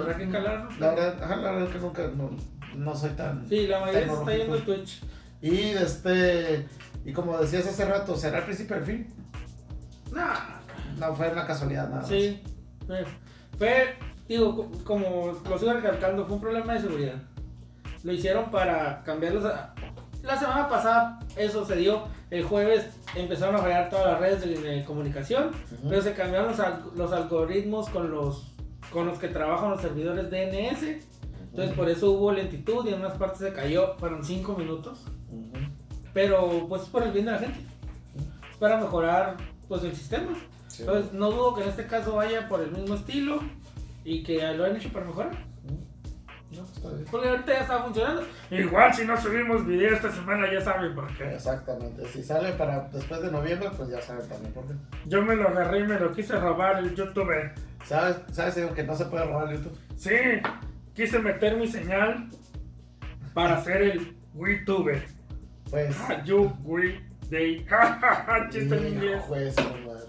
Speaker 3: Habrá que calarlo.
Speaker 2: La verdad, ajá, la verdad que nunca, no, no soy tan...
Speaker 3: Sí, la mayoría se está
Speaker 2: tecnológico.
Speaker 3: yendo a Twitch.
Speaker 2: Y este, y como decías hace rato, será el principio del fin.
Speaker 3: Nah.
Speaker 2: No fue una casualidad nada más.
Speaker 3: Sí, fue, fue, digo, co- como lo sigo recalcando, fue un problema de seguridad. Lo hicieron para cambiarlos. a- La semana pasada eso se dio. El jueves empezaron a fallar todas las redes de, de comunicación,
Speaker 2: Ujú.
Speaker 3: pero se cambiaron los, al- los algoritmos con los, con los que trabajan los servidores DNS. Entonces por eso hubo lentitud y en unas partes se cayó, fueron 5 minutos.
Speaker 2: Ujú.
Speaker 3: Pero pues es por el bien de la gente. Es para mejorar pues el sistema.
Speaker 2: Sí.
Speaker 3: Entonces, no dudo que en este caso vaya por el mismo estilo y que lo han hecho para mejorar.
Speaker 2: No, pues, está bien.
Speaker 3: Porque ahorita ya está funcionando.
Speaker 5: Igual si no subimos video esta semana ya saben por qué.
Speaker 2: Exactamente. Si sale para después de noviembre, pues ya saben también por qué.
Speaker 5: Yo me lo agarré y me lo quise robar el YouTube.
Speaker 2: ¿Sabes, sabes señor, que no se puede robar YouTube?
Speaker 5: Sí, quise meter mi señal para hacer el WeTube.
Speaker 2: Pues.
Speaker 5: You We *laughs* Day. Chiste en inglés.
Speaker 2: hijo de su madre.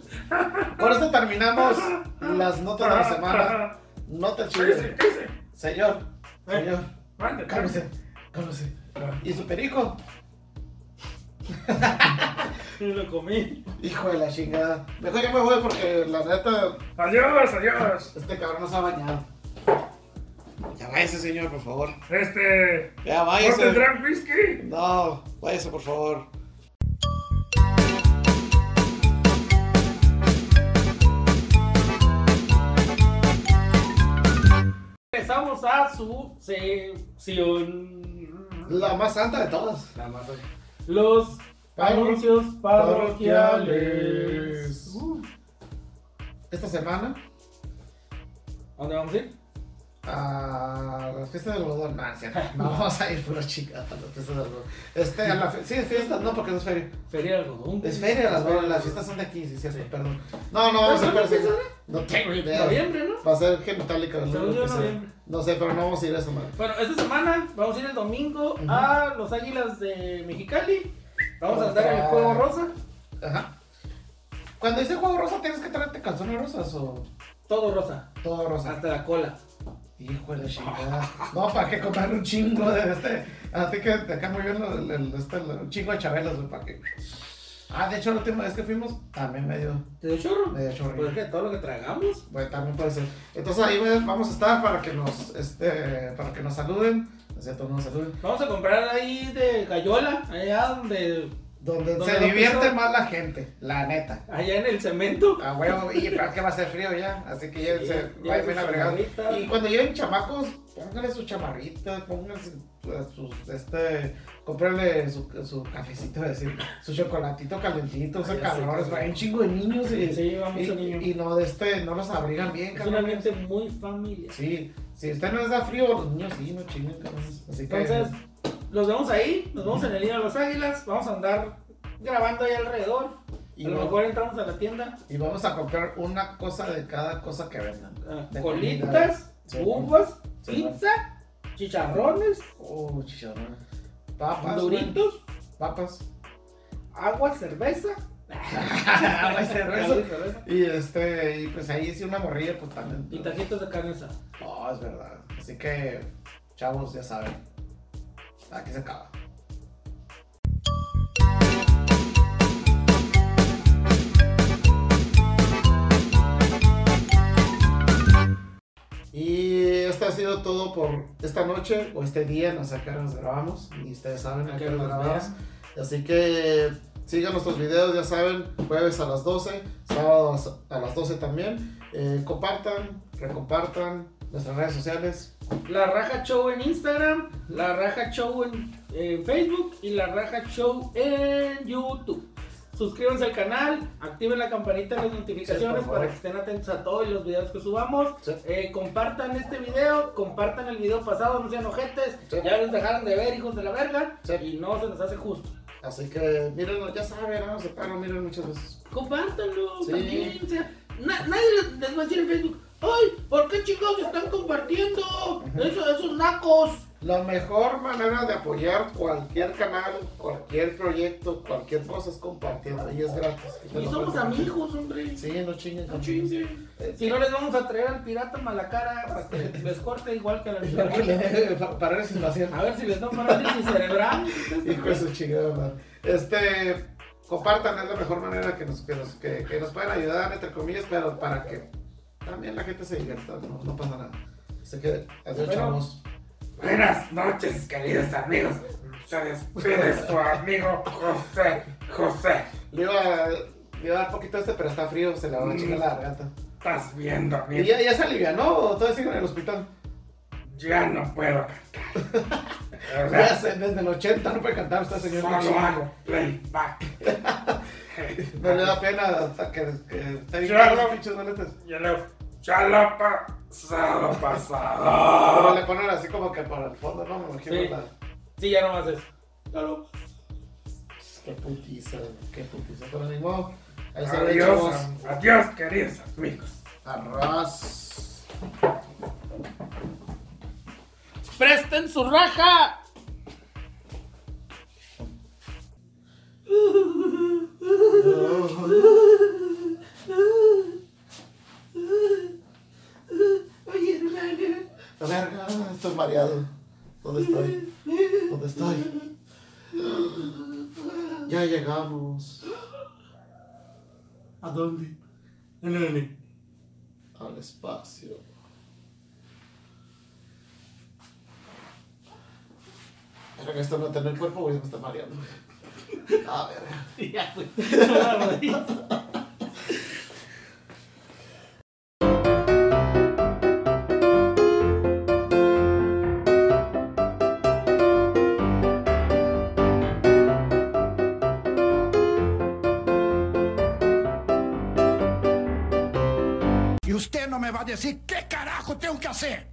Speaker 2: Con esto terminamos las notas de la
Speaker 5: Ah,
Speaker 2: semana. No te
Speaker 5: Cállese,
Speaker 2: chingues.
Speaker 5: cállese.
Speaker 2: Señor, señor,
Speaker 5: Mande, pues.
Speaker 2: cálmese, cálmese. ¿Y su perico?
Speaker 5: Y lo comí.
Speaker 2: Hijo de la chingada. Mejor yo me voy porque la neta,
Speaker 5: Adiós, adiós.
Speaker 2: este cabrón no se ha bañado. Ya váyase, señor, por favor.
Speaker 5: Este.
Speaker 2: Ya
Speaker 5: ¿No
Speaker 2: váyase.
Speaker 5: tendrán whisky?
Speaker 2: No, váyase, por favor.
Speaker 3: Empezamos a su sección.
Speaker 2: La más santa de todas.
Speaker 3: La más allá. Los anuncios parroquiales.
Speaker 2: Parroquiales.
Speaker 3: Uh,
Speaker 2: Esta semana,
Speaker 3: ¿A dónde vamos a ir?
Speaker 2: a las fiestas del algodón. No, es cierto. no vamos a ir pura chica a las fiestas del algodón. Este, a la fe- sí, fiestas, no, porque no es feria.
Speaker 3: Feria del algodón.
Speaker 2: Es feria, las, bueno, las fiestas son de aquí, sí, cierto,
Speaker 3: Sí.
Speaker 2: perdón. No, no, vamos a
Speaker 3: ¿Cuándo
Speaker 2: ir
Speaker 3: empieza
Speaker 2: para No tengo idea.
Speaker 3: Noviembre, ¿no?
Speaker 2: Va a ser genitálica. No,
Speaker 3: Según yo, noviembre.
Speaker 2: no sé, pero no vamos a ir a eso, madre.
Speaker 3: Bueno, esta semana vamos a ir el domingo
Speaker 2: Ujú.
Speaker 3: a los Águilas de Mexicali. Vamos a
Speaker 2: Contra-
Speaker 3: andar en el juego rosa.
Speaker 2: Ajá. Cuando dice juego rosa, ¿tienes que traerte calzones rosas o
Speaker 3: Todo rosa,
Speaker 2: todo rosa?
Speaker 3: hasta la cola.
Speaker 2: Hijo de la chingada. No, para que comprar un chingo de este. A ti que te acá muy bien el, el- este, el- un chingo de chabelas, güey, para que. Ah, de hecho, la última vez que fuimos, también me dio,
Speaker 3: ¿Te dio chorro?
Speaker 2: me dio
Speaker 3: Pues es
Speaker 2: chorrillo.
Speaker 3: que todo lo que tragamos.
Speaker 2: Bueno, también puede ser. Entonces ahí güey, vamos a estar para que nos, este, para que nos saluden. O sea, todos nos saluden.
Speaker 3: Vamos a comprar ahí de Gallola, allá donde.
Speaker 2: Donde
Speaker 3: ¿Dónde
Speaker 2: se
Speaker 3: lo
Speaker 2: divierte
Speaker 3: puso?
Speaker 2: más la gente, la neta.
Speaker 3: allá en el cemento.
Speaker 2: A huevo, y para que va a ser frío ya, así que ya
Speaker 3: Sí,
Speaker 2: se va a
Speaker 3: llévense su chamarrita.
Speaker 2: Y cuando lleguen chamacos, pónganle su chamarrita, pónganse pues, sus, este, cómprenle su, su cafecito, es decir, su chocolatito calentito, o sea,
Speaker 3: Ah, ya sé,
Speaker 2: calores,
Speaker 3: cabrón.
Speaker 2: hay un chingo de niños y,
Speaker 3: Sí, sí, va mucho
Speaker 2: y-
Speaker 3: niño.
Speaker 2: y no, de este, no los abrigan bien,
Speaker 3: Es un
Speaker 2: cabrón.
Speaker 3: ambiente muy familiar.
Speaker 2: Sí, si usted no les da frío, los niños sí, no chinguen, cabrón. Así que,
Speaker 3: Entonces, los vemos ahí, nos vamos en el Día de los Águilas, vamos a andar grabando ahí alrededor.
Speaker 2: y,
Speaker 3: a lo
Speaker 2: va-
Speaker 3: mejor entramos a la tienda.
Speaker 2: y vamos a comprar una cosa de cada cosa que vendan.
Speaker 3: ah,
Speaker 2: De
Speaker 3: Colitas,
Speaker 2: comida. Sí.
Speaker 3: uvas,
Speaker 2: Sí,
Speaker 3: pizza, chicharrones,
Speaker 2: Oh, chicharrón. Papas. güey.
Speaker 3: duritos,
Speaker 2: Papas.
Speaker 3: agua, cerveza.
Speaker 2: Agua y *laughs* cerveza.
Speaker 3: Agua y cerveza.
Speaker 2: Y este, y pues ahí sí una morrilla, pues también.
Speaker 3: Y taquitos de carne asada.
Speaker 2: No, es verdad. Así que, chavos, ya saben. Aquí se acaba. Y esto ha sido todo por esta noche o este día, no sé a qué hora nos grabamos y ustedes saben a qué hora nos grabamos. Así que sigan nuestros videos, ya saben, jueves a las 12, sábados a las 12 también. Eh, compartan, recompartan nuestras redes sociales.
Speaker 3: La Raja Show en Instagram, La Raja Show en eh, Facebook y La Raja Show en YouTube. Suscríbanse al canal, activen la campanita de las
Speaker 2: Sí,
Speaker 3: notificaciones
Speaker 2: por favor.
Speaker 3: para que estén atentos a todos los videos que subamos.
Speaker 2: Sí.
Speaker 3: Eh, compartan este video, compartan el video pasado, no sean ojetes.
Speaker 2: Sí.
Speaker 3: Ya nos dejaron de ver, hijos de la verga.
Speaker 2: Sí.
Speaker 3: Y no se nos hace justo.
Speaker 2: Así que mírenlo, ya saben, no se paran, miren muchas veces.
Speaker 3: Compártanlo
Speaker 2: Sí.
Speaker 3: también. o sea, na- nadie les- les va a decir en Facebook, ¡ay! ¿Por qué chicos están compartiendo? Eso- esos nacos.
Speaker 2: La mejor manera de apoyar cualquier canal, cualquier proyecto, cualquier cosa es compartiendo y es gratis. Te
Speaker 3: Y
Speaker 2: lo
Speaker 3: somos
Speaker 2: puedes-
Speaker 3: amigos, hombre.
Speaker 2: Sí, no chinguen.
Speaker 3: No *laughs* chinguen.
Speaker 2: Eh,
Speaker 3: Si no les vamos a traer al pirata malacara para que *laughs* les corte igual que a la
Speaker 2: Para que
Speaker 3: pirata.
Speaker 2: le- para- para ver si lo hacían.
Speaker 3: A ver si les da un parálisis cerebral.
Speaker 2: *laughs* Hijo de su chingada madre. Este, compartan, es la mejor manera que nos, que nos, que, que nos pueden ayudar, entre comillas, pero para que también la gente se divierta, no, no pasa nada. Así que, adiós,
Speaker 3: Bueno.
Speaker 2: chavos.
Speaker 5: Buenas noches, queridos amigos. Se despide su amigo José. José,
Speaker 2: Le iba, a- le iba a dar poquito este, pero está frío, se le va a
Speaker 5: Mm.
Speaker 2: chingar la garganta.
Speaker 5: estás viendo,
Speaker 2: ¿Y
Speaker 5: amigo.
Speaker 2: ya, ya se alivianó o todavía sigue en el hospital?
Speaker 5: Ya no
Speaker 2: *laughs*
Speaker 5: puedo cantar. O sea,
Speaker 2: Ya se- desde el 80 no puede cantar usted, señor.
Speaker 5: Solo hago playback.
Speaker 2: No le da pena hasta que, que está bien.
Speaker 5: Claro.
Speaker 2: pinches boletas.
Speaker 5: Yo le digo, "Chalapa, Solo
Speaker 2: Pero
Speaker 5: pasado.
Speaker 2: le ponen así como que para el fondo, ¿no? Me imagino
Speaker 3: Sí.
Speaker 2: la-
Speaker 3: Sí, ya nomás es.
Speaker 2: Qué putiza, qué putiza. Pero ni modo. Ahí Pues se ve,
Speaker 5: Adiós,
Speaker 2: chavos.
Speaker 5: am- adiós, queridos amigos.
Speaker 2: Arras.
Speaker 3: ¡Presten su raja!
Speaker 2: La verga, estoy mareado. ¿Dónde estoy? ¿Dónde estoy? Ya llegamos
Speaker 3: ¿A dónde? ¿En dónde?
Speaker 2: al espacio. Pero que esto no tener cuerpo, güey, me está mareando. A ver.
Speaker 3: Ya, güey.
Speaker 6: Y usted no me va a decir qué carajo tengo que hacer.